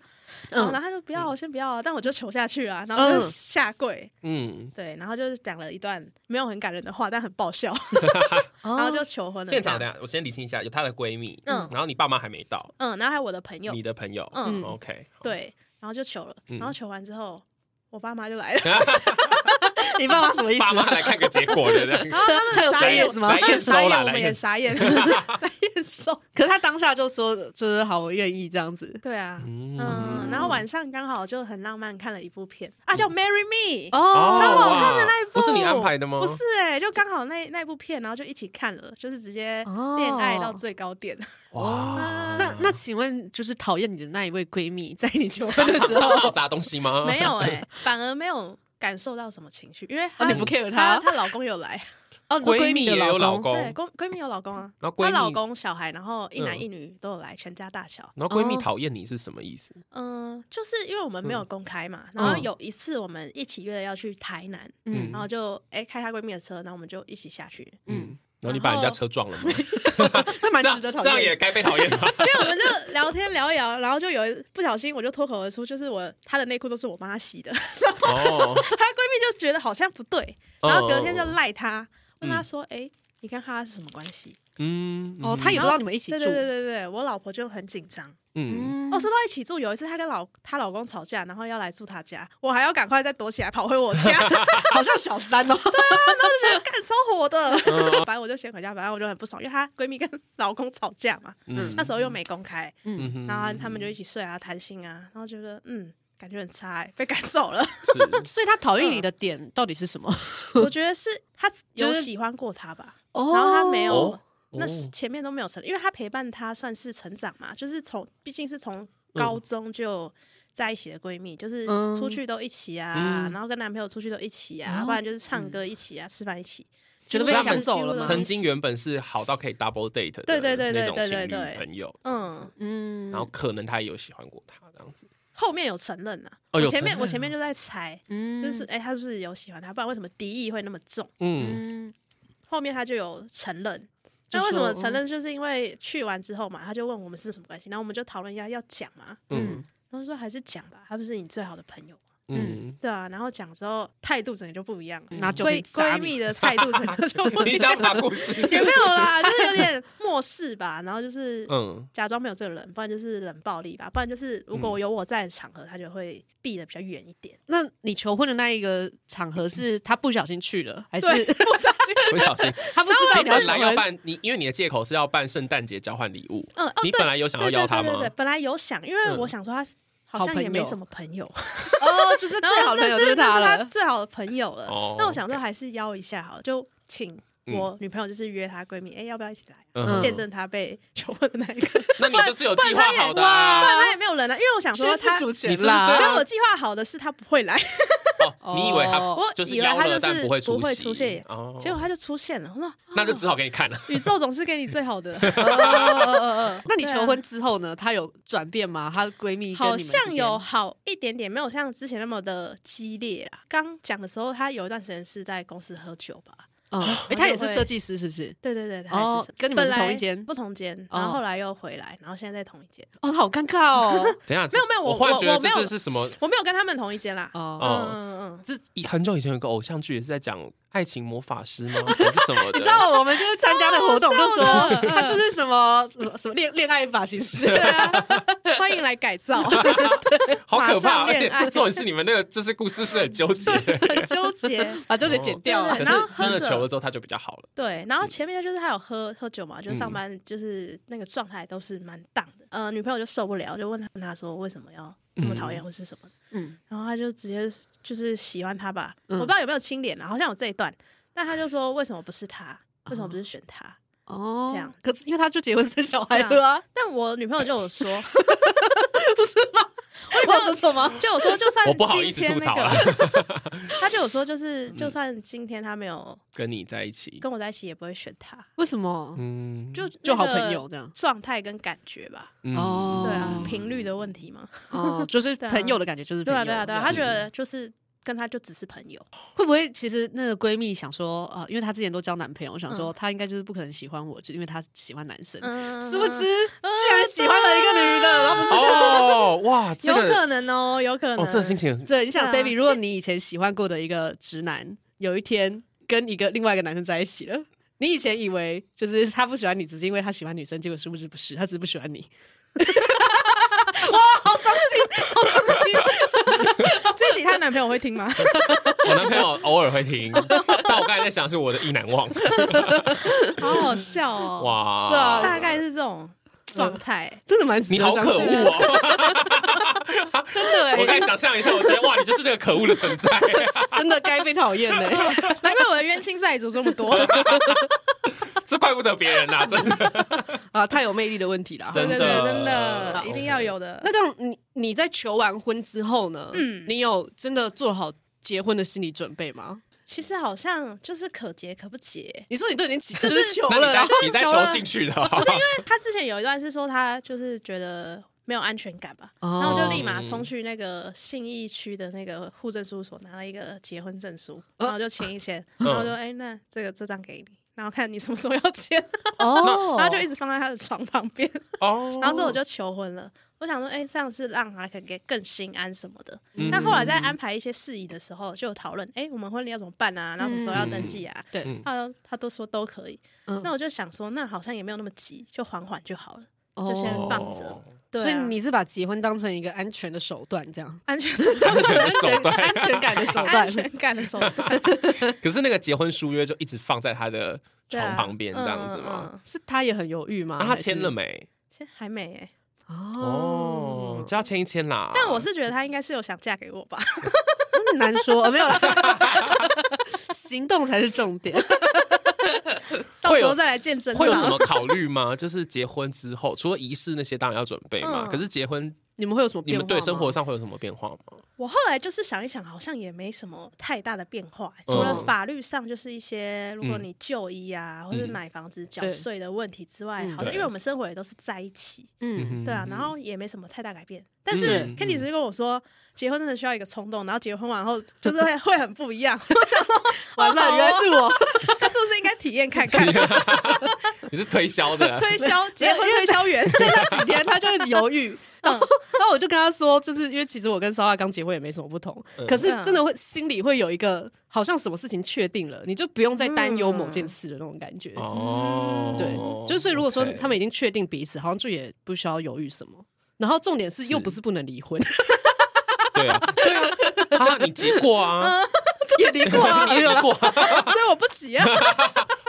[SPEAKER 3] 然后
[SPEAKER 2] 嗯
[SPEAKER 3] 她就不要哦，先不要哦，但我就求下去啊，然后就下跪，
[SPEAKER 1] 嗯，
[SPEAKER 3] 对，然后就是讲了一段没有很感人的话，但很爆
[SPEAKER 2] 哦
[SPEAKER 3] 笑， <laughs> 然后就求婚了，
[SPEAKER 1] 现场
[SPEAKER 3] 这
[SPEAKER 1] 等
[SPEAKER 3] 样
[SPEAKER 1] 下我先理清一下，有她的闺蜜，
[SPEAKER 3] 嗯
[SPEAKER 1] 然后你爸妈还没到，
[SPEAKER 3] 嗯，然后还有我的朋友
[SPEAKER 1] 你，的朋友，
[SPEAKER 3] 嗯
[SPEAKER 1] OK，好，
[SPEAKER 3] 对，然后就求了，
[SPEAKER 1] 嗯
[SPEAKER 3] 然后求完之后，我爸妈
[SPEAKER 1] <laughs>
[SPEAKER 3] 就来了。
[SPEAKER 2] 你爸妈什么
[SPEAKER 3] 嗯
[SPEAKER 2] 意
[SPEAKER 1] 爸
[SPEAKER 2] 思
[SPEAKER 1] 妈？来看个结果，对不对？
[SPEAKER 3] 然后他们
[SPEAKER 2] 他有
[SPEAKER 3] 傻
[SPEAKER 2] 傻
[SPEAKER 3] 眼
[SPEAKER 2] 眼是吗
[SPEAKER 3] 他们傻
[SPEAKER 1] 来验收啦
[SPEAKER 3] 眼，我
[SPEAKER 1] 来
[SPEAKER 3] 们
[SPEAKER 1] 验
[SPEAKER 3] 也
[SPEAKER 1] <laughs>
[SPEAKER 3] 傻眼，来验收。
[SPEAKER 2] 可是他当下就说，就是好，我愿意这样子。
[SPEAKER 3] 对啊，
[SPEAKER 1] 嗯
[SPEAKER 3] <laughs> 嗯，然后晚上刚好就很浪漫，看了一部片啊，
[SPEAKER 1] 嗯
[SPEAKER 3] 叫《Marry Me》，
[SPEAKER 1] 哦
[SPEAKER 3] 超好看
[SPEAKER 1] 哇
[SPEAKER 3] 的那一部，
[SPEAKER 1] 不是你安排的吗
[SPEAKER 3] 不是哎，就刚好那那部片，然后就一起看了，就是直接
[SPEAKER 2] 哦
[SPEAKER 3] 恋爱到最高
[SPEAKER 1] <laughs>
[SPEAKER 3] 点。
[SPEAKER 1] 哇，
[SPEAKER 2] 那那请问，就是讨厌你的那一位闺蜜，在你 <laughs> 啊求婚的时
[SPEAKER 1] 当场
[SPEAKER 2] 候，
[SPEAKER 1] 砸东西吗？
[SPEAKER 3] 没有哎，反而没有感受到什么情绪，因
[SPEAKER 1] 啊
[SPEAKER 3] 为
[SPEAKER 2] 哦，
[SPEAKER 3] 她
[SPEAKER 2] 你不 care
[SPEAKER 3] 她
[SPEAKER 2] 她？
[SPEAKER 3] 她老公有来，
[SPEAKER 2] 哦，你说
[SPEAKER 1] 闺
[SPEAKER 2] 蜜的
[SPEAKER 1] 也有老 <laughs>
[SPEAKER 2] 老
[SPEAKER 1] 公，
[SPEAKER 3] 对，
[SPEAKER 1] 然
[SPEAKER 3] 公闺蜜有老公啊，
[SPEAKER 1] 后 <laughs> 闺
[SPEAKER 3] 她
[SPEAKER 1] 蜜
[SPEAKER 3] 老，公、小孩，然后一
[SPEAKER 1] 嗯
[SPEAKER 3] 男一女都有来，全家大小。
[SPEAKER 1] 然后闺蜜
[SPEAKER 2] 哦
[SPEAKER 1] 讨厌你是什么意思？
[SPEAKER 3] 嗯，就是因为我们没有公开嘛，
[SPEAKER 1] 嗯
[SPEAKER 3] 然后有一次我们一起约了要去台南，
[SPEAKER 1] 嗯
[SPEAKER 2] 嗯
[SPEAKER 3] 然后就哎、开她闺蜜的车，然后我们就一起下去， <laughs> 因
[SPEAKER 1] 嗯，然后你把人家车撞了吗？
[SPEAKER 2] 那蛮
[SPEAKER 1] 这
[SPEAKER 2] 值
[SPEAKER 1] 样
[SPEAKER 2] 得讨
[SPEAKER 1] 这样
[SPEAKER 2] 厌
[SPEAKER 1] 也该被讨厌
[SPEAKER 3] <laughs>
[SPEAKER 1] 吧？
[SPEAKER 3] 为我们就聊天聊一聊，然后就有一不小心我就脱口而出，就是我她的内裤都是我帮她洗的，
[SPEAKER 1] 哦，
[SPEAKER 3] <laughs> 她闺蜜就觉得好像不对，然后隔天就
[SPEAKER 1] 哦
[SPEAKER 3] 赖她，问她
[SPEAKER 1] 嗯
[SPEAKER 3] 说，哎、你跟哈哈是什么关系？
[SPEAKER 1] 嗯，
[SPEAKER 2] 哦，他也不知道你们一起
[SPEAKER 3] 对
[SPEAKER 2] 住
[SPEAKER 3] 对。对对对，我老婆就很紧张。
[SPEAKER 1] 嗯，
[SPEAKER 3] 哦，说到一起住，有一次她跟老她老公吵架，然后要来住她家，我还要赶快再躲起来跑回我家。
[SPEAKER 2] 好像小三哦，
[SPEAKER 3] 干超火的， <laughs> 反正我就先回家，反正我就很不爽，因为她闺蜜跟 <laughs> 老公吵架嘛，
[SPEAKER 1] 嗯
[SPEAKER 3] 那时候又没公开，
[SPEAKER 1] 嗯哼
[SPEAKER 3] 然后他们就一起睡啊、谈心啊，然后觉得嗯，感觉很差、欸，被赶走了。
[SPEAKER 1] 是
[SPEAKER 2] <laughs> 所以他讨厌你的点到底是什么？
[SPEAKER 3] 我觉得是她
[SPEAKER 2] 就
[SPEAKER 3] 有
[SPEAKER 2] 是
[SPEAKER 3] 喜欢过他吧，
[SPEAKER 2] 哦
[SPEAKER 3] 然后他没有，
[SPEAKER 1] 哦
[SPEAKER 3] 那
[SPEAKER 1] 哦
[SPEAKER 3] 是前面都没有成，因为他陪伴她算是成长嘛，就是从毕竟是
[SPEAKER 1] 嗯
[SPEAKER 3] 从高中就。在一起的闺蜜就是
[SPEAKER 2] 嗯
[SPEAKER 3] 出去都一起啊，
[SPEAKER 1] 嗯
[SPEAKER 3] 然后跟男朋友出去都一起啊，
[SPEAKER 2] 哦
[SPEAKER 3] 不然就是唱歌一起啊，吃饭一起，
[SPEAKER 2] 觉得
[SPEAKER 1] 被
[SPEAKER 3] 就是
[SPEAKER 1] 抢
[SPEAKER 2] 走了
[SPEAKER 3] 几乎
[SPEAKER 2] 吗
[SPEAKER 3] 都
[SPEAKER 1] 曾
[SPEAKER 3] 一起
[SPEAKER 1] 经原本是好到可以 double date 的
[SPEAKER 3] 对对对对
[SPEAKER 1] 那种
[SPEAKER 3] 对
[SPEAKER 1] 情
[SPEAKER 3] 对
[SPEAKER 1] 侣
[SPEAKER 3] 对
[SPEAKER 1] 朋友，
[SPEAKER 3] 嗯，
[SPEAKER 2] 嗯
[SPEAKER 1] 然后可能他也有喜欢过他这样子。
[SPEAKER 3] 后面有承认啊，
[SPEAKER 1] 哦有
[SPEAKER 3] 我前
[SPEAKER 1] 承
[SPEAKER 3] 面
[SPEAKER 1] 认
[SPEAKER 3] 我前面就在猜，
[SPEAKER 2] 嗯
[SPEAKER 3] 就是哎、他是不是有喜欢他？不然为什么敌意会那么重？
[SPEAKER 1] 嗯，
[SPEAKER 2] 嗯
[SPEAKER 3] 后面他就有承认，那为什么承
[SPEAKER 2] 认？
[SPEAKER 3] 认？就是因为去完之后嘛，他就问我们是什么关系，然后我们就讨论一下要讲嘛，
[SPEAKER 1] 嗯
[SPEAKER 3] 然后说还是讲吧，他不是你最好的朋友吗
[SPEAKER 1] 嗯，
[SPEAKER 3] 对啊，然后讲之后态度整个就不一样了，
[SPEAKER 2] 拿酒
[SPEAKER 3] 闺
[SPEAKER 2] 瓶砸
[SPEAKER 3] 闺蜜的态度整
[SPEAKER 2] <laughs>
[SPEAKER 3] 个就不一
[SPEAKER 1] 你
[SPEAKER 3] 样
[SPEAKER 1] 想，把故 <laughs> 事，
[SPEAKER 3] 也没有啦，就是有点漠视吧，然后就是
[SPEAKER 1] 嗯
[SPEAKER 3] 假装没有这个人，不然就是冷暴力吧，不然就是如
[SPEAKER 2] 嗯
[SPEAKER 3] 果有我在的场合，他就会避得比较远一点。
[SPEAKER 2] 那你求婚的那一个场合是他不小心去了，还是 <laughs>
[SPEAKER 1] 不小
[SPEAKER 3] <laughs>
[SPEAKER 1] 心，
[SPEAKER 2] 他不知道
[SPEAKER 1] 你
[SPEAKER 2] 你要
[SPEAKER 1] 本
[SPEAKER 2] 求
[SPEAKER 1] 来要
[SPEAKER 2] 婚？
[SPEAKER 1] 办你，因为你的借口是要办圣诞节交换礼物，
[SPEAKER 3] 嗯，哦，
[SPEAKER 1] 你
[SPEAKER 3] 对，
[SPEAKER 1] 本来有想要邀他
[SPEAKER 3] 对对对
[SPEAKER 1] 吗
[SPEAKER 3] 对，？本来有想，因为
[SPEAKER 1] 嗯
[SPEAKER 3] 我想说他好
[SPEAKER 2] 好
[SPEAKER 3] 像
[SPEAKER 2] 朋
[SPEAKER 3] 也没
[SPEAKER 2] 友
[SPEAKER 3] 什么朋友，
[SPEAKER 2] <laughs> 哦，就是
[SPEAKER 3] 然
[SPEAKER 2] 最
[SPEAKER 3] 后
[SPEAKER 2] 好的朋
[SPEAKER 3] 那
[SPEAKER 2] 友
[SPEAKER 3] 是
[SPEAKER 2] 就是
[SPEAKER 3] 那
[SPEAKER 2] 他
[SPEAKER 3] 是他
[SPEAKER 2] 了。
[SPEAKER 3] 最好的朋友了
[SPEAKER 1] 哦。
[SPEAKER 3] 那我想说还是邀一下好了，就请
[SPEAKER 1] 嗯
[SPEAKER 3] 我女朋友就是约她闺蜜，哎，要不要一起来
[SPEAKER 1] 嗯
[SPEAKER 3] 啊？
[SPEAKER 1] 哼
[SPEAKER 3] 见证她
[SPEAKER 2] <laughs>
[SPEAKER 3] 被求婚的那一刻，
[SPEAKER 1] 那你就是有计划好的啊
[SPEAKER 3] 不。然她也没有人啊，因为我想说
[SPEAKER 2] 先
[SPEAKER 3] 她
[SPEAKER 2] 是。主持
[SPEAKER 1] 你是
[SPEAKER 2] 人
[SPEAKER 1] 不是
[SPEAKER 2] 啦，
[SPEAKER 1] 对
[SPEAKER 3] 因
[SPEAKER 1] 啊
[SPEAKER 3] 为我计划好的是她不会来，
[SPEAKER 1] 哦，你以为他
[SPEAKER 2] 哦
[SPEAKER 3] 我
[SPEAKER 1] 就是
[SPEAKER 3] 以为
[SPEAKER 1] 邀
[SPEAKER 3] 他
[SPEAKER 1] 了，
[SPEAKER 3] 就
[SPEAKER 1] 但
[SPEAKER 3] 是
[SPEAKER 1] 会
[SPEAKER 3] 不会
[SPEAKER 1] 出
[SPEAKER 3] 出
[SPEAKER 1] 席
[SPEAKER 3] 现
[SPEAKER 1] 哦，
[SPEAKER 3] 结果她就出现了。我说
[SPEAKER 1] 那就只好给你看了。
[SPEAKER 3] 宇宙总是给你最
[SPEAKER 2] <laughs>
[SPEAKER 3] 好的，
[SPEAKER 2] 哦哦哦哦哦那你
[SPEAKER 3] 对啊
[SPEAKER 2] 求婚之后呢？她有转变吗？她闺蜜跟你
[SPEAKER 3] 好
[SPEAKER 2] 们之间
[SPEAKER 3] 像有好一点点，没有像之前那么的激烈啦。刚讲的时候，她有一段时间是在公司喝酒吧？
[SPEAKER 2] 嗯，哎，她也是设计师是不是？
[SPEAKER 3] 对对对，她
[SPEAKER 2] 哦
[SPEAKER 3] 还是
[SPEAKER 2] 跟你们是
[SPEAKER 3] 本来
[SPEAKER 2] 同一间
[SPEAKER 3] 不同间，然后
[SPEAKER 2] 哦
[SPEAKER 3] 后来又回来，然后现在在同一间。
[SPEAKER 2] 哦，好尴尬哦
[SPEAKER 1] 等一下，
[SPEAKER 3] 没有没有
[SPEAKER 1] 我
[SPEAKER 3] 我
[SPEAKER 1] 忽然觉得
[SPEAKER 3] 我
[SPEAKER 1] 这
[SPEAKER 3] 我没
[SPEAKER 1] 是
[SPEAKER 3] 有
[SPEAKER 1] 是什么？
[SPEAKER 3] 我没有跟他们同一间啦。
[SPEAKER 2] 哦。
[SPEAKER 1] 哦
[SPEAKER 3] 嗯嗯嗯。
[SPEAKER 1] 这以很久以前有一个偶像剧也是在讲爱情魔法师吗？还是什么
[SPEAKER 3] <laughs>
[SPEAKER 1] 的？
[SPEAKER 2] 你知道哦我们就是参加的活动，就说
[SPEAKER 3] 超好笑的
[SPEAKER 2] 她就是什么什么恋恋爱发型师，
[SPEAKER 3] 对啊， <laughs> 欢迎来改造，
[SPEAKER 1] 好可怕！
[SPEAKER 3] 马上
[SPEAKER 1] 而且
[SPEAKER 3] 恋
[SPEAKER 1] <laughs>
[SPEAKER 3] 爱
[SPEAKER 1] 重点是你们那个就是故事是很纠结，
[SPEAKER 3] 很纠结。
[SPEAKER 2] 把纠结剪掉啊
[SPEAKER 1] 可
[SPEAKER 3] 对
[SPEAKER 1] 是
[SPEAKER 3] 然后喝
[SPEAKER 1] 真的
[SPEAKER 3] 着
[SPEAKER 1] 求了之后他就比较好了。
[SPEAKER 3] 对，然后前面就是他有喝喝酒嘛，
[SPEAKER 1] 嗯
[SPEAKER 3] 就是上班就是那个状态都是蛮荡的。呃，女朋友就受不了，就问他问他说为什么要这么讨厌或是什么，
[SPEAKER 2] 嗯，
[SPEAKER 3] 然后他就直接就是喜欢他吧，
[SPEAKER 2] 嗯
[SPEAKER 3] 我不知道有没有清点啦，好像有这一段，但他就说为什么不是他，为什么不是选他？
[SPEAKER 2] 哦，
[SPEAKER 3] 这样。
[SPEAKER 2] 可是因为她就结婚生小孩了啊，
[SPEAKER 3] 但我女朋友就有说，
[SPEAKER 2] 我有说错吗？
[SPEAKER 3] <laughs> 就有说就算
[SPEAKER 1] 我不好意
[SPEAKER 3] 今
[SPEAKER 1] 思
[SPEAKER 3] 天
[SPEAKER 1] 吐
[SPEAKER 3] 那
[SPEAKER 1] 槽了嗯
[SPEAKER 3] 个，，他就有说就是就算今天他没有
[SPEAKER 1] 跟你在一起，
[SPEAKER 3] 跟我在一起也不会选他，
[SPEAKER 2] 为什么？
[SPEAKER 1] 嗯，
[SPEAKER 3] 就
[SPEAKER 2] 就
[SPEAKER 3] 那
[SPEAKER 2] 好
[SPEAKER 3] 个
[SPEAKER 2] 朋友这样
[SPEAKER 3] 状态跟感觉吧，
[SPEAKER 1] 嗯
[SPEAKER 2] 哦
[SPEAKER 3] 对啊，频率的问题嘛，
[SPEAKER 2] 哦，就是
[SPEAKER 3] 对啊
[SPEAKER 2] 朋友的感觉，就是
[SPEAKER 3] 对
[SPEAKER 2] 朋
[SPEAKER 3] 啊
[SPEAKER 2] 友。
[SPEAKER 3] 对啊对啊，
[SPEAKER 1] 是
[SPEAKER 3] 他觉得就是跟他就只是朋友，
[SPEAKER 2] 会不会其实那个闺蜜想说啊、呃因为她之前都交男朋友，我想说她应该就是不可能喜欢我，就因为她喜欢男生。
[SPEAKER 3] 嗯，
[SPEAKER 2] 殊不知，居然喜欢了一个女的，然后不是。
[SPEAKER 1] 嗯哦，哇，这
[SPEAKER 3] 有
[SPEAKER 1] 个
[SPEAKER 3] 可能哦，有可能，
[SPEAKER 1] 哦，这个心
[SPEAKER 3] <laughs>
[SPEAKER 1] 情
[SPEAKER 2] 对，你想
[SPEAKER 3] 对啊
[SPEAKER 2] David，如果你以前喜欢过的一个直男，有一天跟一个另外一个男生在一起了，你以前以为就是他不喜欢你，只是因为他喜欢女生，结果殊不知不是，他只是不喜欢你。
[SPEAKER 1] <laughs>
[SPEAKER 3] 这集她男朋友会听吗？
[SPEAKER 1] 我男朋友偶尔会听，但我刚才在想是我的意难忘，
[SPEAKER 3] 好好笑哦， <laughs>
[SPEAKER 1] 哇，
[SPEAKER 2] 对啊
[SPEAKER 3] 大概是这种状态，
[SPEAKER 2] 真的蛮值
[SPEAKER 1] 你
[SPEAKER 2] 得
[SPEAKER 1] 好
[SPEAKER 2] 相
[SPEAKER 1] 可
[SPEAKER 2] 信的
[SPEAKER 1] 恶啊哦！
[SPEAKER 2] 真的
[SPEAKER 1] 我刚
[SPEAKER 2] 哎、
[SPEAKER 1] 才想象一下，我觉得哇，你就是那个可恶的存在。 <laughs>
[SPEAKER 2] 真的欸该被讨厌嘞。
[SPEAKER 1] 嗯
[SPEAKER 3] 难怪我的冤亲债主这
[SPEAKER 1] <laughs>
[SPEAKER 3] 么多，
[SPEAKER 1] 这怪不得别人啦，真的。
[SPEAKER 2] 啊，太有魅力的问题啦。
[SPEAKER 1] 真
[SPEAKER 3] 对
[SPEAKER 1] 的
[SPEAKER 3] 对对，真的
[SPEAKER 1] 好
[SPEAKER 3] 一定要有的
[SPEAKER 2] 那。这样，你你在求完婚之后呢？
[SPEAKER 3] 嗯
[SPEAKER 2] 你有真的做好结婚的心理准备吗？
[SPEAKER 3] 其实好像就是可结可不结。
[SPEAKER 2] 你说你都已经结，就是求
[SPEAKER 1] 那
[SPEAKER 2] 了，
[SPEAKER 1] 你在
[SPEAKER 2] 然后
[SPEAKER 1] 你在
[SPEAKER 2] 求
[SPEAKER 1] 求
[SPEAKER 2] 了
[SPEAKER 1] 兴趣的哦，
[SPEAKER 3] 他之前有一段是说他就是觉得没有安全感吧，
[SPEAKER 2] 哦
[SPEAKER 3] 然后我就立马冲去那个信义区的那个户政事务所拿了一个结婚证书，然后就签一签，
[SPEAKER 1] 嗯
[SPEAKER 3] 然后我就哎、那这个这张给你。然后看你什么时候要
[SPEAKER 1] <laughs>
[SPEAKER 3] 签，
[SPEAKER 2] 哦
[SPEAKER 3] 然后就一直放在他的床旁边，
[SPEAKER 1] 哦
[SPEAKER 3] 然后之后我就求婚了。我想说，哎、这样是让他可以更心安什么的。
[SPEAKER 1] 嗯
[SPEAKER 3] 但后来在安排一些事宜的时候，就有讨论，哎、我们婚礼要怎么办啊？然后什么时候要登记啊？
[SPEAKER 2] 对
[SPEAKER 1] 嗯
[SPEAKER 3] 他他都说都可以。
[SPEAKER 2] 嗯
[SPEAKER 3] 那我就想说，那好像也没有那么急，就缓缓就好了。
[SPEAKER 2] 就
[SPEAKER 3] 先放着
[SPEAKER 1] 哦 <laughs>
[SPEAKER 3] 对啊、
[SPEAKER 2] 所以你是把结婚当成一个安全的手段，这样
[SPEAKER 3] 安全是
[SPEAKER 1] <laughs>
[SPEAKER 3] 这样
[SPEAKER 1] 安全的
[SPEAKER 3] <laughs>
[SPEAKER 1] 手段， <laughs>
[SPEAKER 2] 安全感的手段
[SPEAKER 3] 安。全感的手段，
[SPEAKER 1] 可是那个结婚书约就一直放在他的
[SPEAKER 3] 对啊
[SPEAKER 1] 床旁边这样子嘛。？
[SPEAKER 3] 嗯嗯嗯
[SPEAKER 2] 是他也很犹豫吗？
[SPEAKER 1] 那啊他
[SPEAKER 2] 还是
[SPEAKER 1] 签了？没？
[SPEAKER 3] 现在还没哎，
[SPEAKER 1] 哦，
[SPEAKER 2] 哦，
[SPEAKER 1] 就要签一签啦。
[SPEAKER 3] 但我是觉得他应该是有想嫁
[SPEAKER 1] <laughs>
[SPEAKER 3] 给我吧？
[SPEAKER 2] 很难说，哦没有啦。 <laughs> 行动才是重点。
[SPEAKER 3] 到
[SPEAKER 1] 会有
[SPEAKER 3] 时候再来见真
[SPEAKER 1] 会有什
[SPEAKER 3] 章。
[SPEAKER 1] 么考虑吗？就是结婚之后，除了仪式那些当然要准备嘛。
[SPEAKER 3] 嗯
[SPEAKER 1] 可是结婚，
[SPEAKER 2] 你们会有什么
[SPEAKER 1] 你
[SPEAKER 2] 变化
[SPEAKER 1] 们
[SPEAKER 2] 吗？
[SPEAKER 1] 对生活上会有什么变化吗？
[SPEAKER 3] 我后来就是想一想，好像也没什么太大的变化，欸
[SPEAKER 1] 嗯
[SPEAKER 3] 除了法律上就是一些，如果你就医啊，或是买房子缴税的问题之外，
[SPEAKER 2] 嗯
[SPEAKER 3] 好
[SPEAKER 1] 嗯
[SPEAKER 3] 像
[SPEAKER 1] 对
[SPEAKER 3] 因为我们生活也都是在一起，
[SPEAKER 1] 嗯
[SPEAKER 2] 嗯，
[SPEAKER 1] 哼，
[SPEAKER 3] 对啊，然后也没什么太大改变。但是
[SPEAKER 1] 嗯
[SPEAKER 3] Kitty 只是跟我说，结婚真的需要一个冲动，然后结婚完后就
[SPEAKER 1] <laughs>
[SPEAKER 3] 是会会很不一样， <laughs>
[SPEAKER 2] 完了，原来是我。
[SPEAKER 1] <laughs>
[SPEAKER 3] 他是不是应该体验看看？
[SPEAKER 1] <laughs> 你是推销
[SPEAKER 3] <laughs>
[SPEAKER 1] 的啊，
[SPEAKER 4] 推销
[SPEAKER 3] 结婚推销
[SPEAKER 1] <laughs>
[SPEAKER 3] 员，
[SPEAKER 2] 在那几天他就一直犹豫，然后然后我就跟他说，就是因为其实我跟烧腊刚结婚也没什么不同，
[SPEAKER 1] 嗯
[SPEAKER 2] 可是真的会心里会有一个好像什么事情确定了，你就不用再担忧某件事的那种感觉。
[SPEAKER 1] 哦，
[SPEAKER 2] 对，就是所以如果说
[SPEAKER 1] OK
[SPEAKER 2] 他们已经确定彼此，好像就也不需要犹豫什么。然后重点是又不是不能离婚，
[SPEAKER 1] 对啊，对啊， <laughs> 哈哈你结过
[SPEAKER 3] 嗯
[SPEAKER 1] 啊，
[SPEAKER 2] <laughs> 也离过 <laughs> 啊，
[SPEAKER 1] 你也过啊，
[SPEAKER 3] <laughs> 所以我不急啊。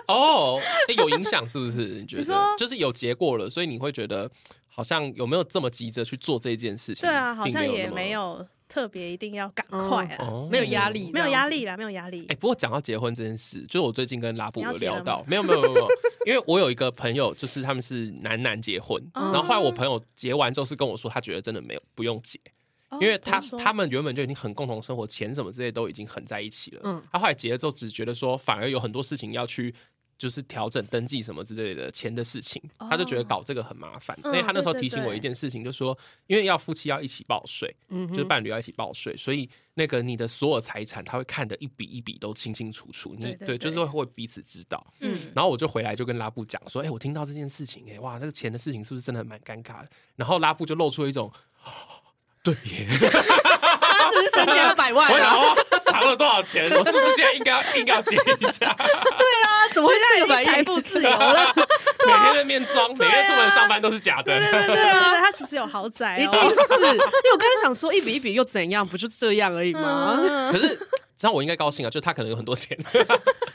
[SPEAKER 1] 哦，诶有影响是不是？你觉
[SPEAKER 3] 你
[SPEAKER 1] 得
[SPEAKER 3] 说
[SPEAKER 1] 就是有结果了，所以你会觉得好像有没有这么急着去做这件事情？
[SPEAKER 3] 对啊，好像
[SPEAKER 1] 并
[SPEAKER 3] 也
[SPEAKER 1] 那么
[SPEAKER 3] 没。有特别一定要赶快啊，
[SPEAKER 1] 哦
[SPEAKER 2] 没有压力，
[SPEAKER 3] 没有压。力啦，没有压力哦
[SPEAKER 1] 哎、。不过讲到结婚这件事，就是我最近跟拉布
[SPEAKER 3] 你
[SPEAKER 1] 有
[SPEAKER 3] 要结
[SPEAKER 1] 聊
[SPEAKER 3] 了
[SPEAKER 1] 到
[SPEAKER 3] 吗，
[SPEAKER 1] 没有没有没有没有， <laughs> 因为我有一个朋友，就是他们是男男结婚，
[SPEAKER 3] 哦
[SPEAKER 1] 然后后来我朋友结完之后是跟我说，他觉得真的没有不用结，
[SPEAKER 3] 哦
[SPEAKER 1] 因为他
[SPEAKER 3] 怎么说
[SPEAKER 1] 他们原本就已经很共同生活，钱什么之类都已经很在一起了。
[SPEAKER 2] 嗯
[SPEAKER 1] 他后来结了之后，只觉得说反而有很多事情要去。就是调整登记什么之类的钱的事情，
[SPEAKER 3] 哦
[SPEAKER 1] 他就觉得搞这个很麻烦。因
[SPEAKER 3] 嗯
[SPEAKER 1] 为他那时候
[SPEAKER 3] 对对
[SPEAKER 1] 提醒我
[SPEAKER 3] 对
[SPEAKER 1] 一件事情，就说因为要夫妻要一起报税，
[SPEAKER 2] 嗯
[SPEAKER 1] 就是伴侣要一起报税，所以那个你的所有财产，他会看得一笔一笔都清清楚楚。你
[SPEAKER 3] 对对对
[SPEAKER 1] 就是会彼此知道。
[SPEAKER 3] 嗯，
[SPEAKER 1] 然后我就回来就跟拉布讲说，哎、我听到这件事情、哎，哇，那个钱的事情是不是真的蛮尴尬的？然后拉布就露出一种， <gasps> 对耶，
[SPEAKER 2] 他是不是身家百万
[SPEAKER 1] 我想
[SPEAKER 2] 啊？
[SPEAKER 1] 哦，藏了多少钱？我是不是现在应该要应该要结一
[SPEAKER 3] <laughs>
[SPEAKER 1] 下？
[SPEAKER 2] 他怎么会这个
[SPEAKER 3] 现在
[SPEAKER 2] 反应哦
[SPEAKER 3] 已经？财富自
[SPEAKER 1] <laughs>
[SPEAKER 3] 由了，
[SPEAKER 1] 每天在面装，每天出门上班都是假的。
[SPEAKER 3] 啊对对啊，他其实有豪宅哦，
[SPEAKER 2] 一定是，因为我刚才想说一笔一笔又怎样，不就这样而已
[SPEAKER 3] 嗯
[SPEAKER 2] 吗？
[SPEAKER 1] 可是这样我应该高兴啊，就他可能有很多钱。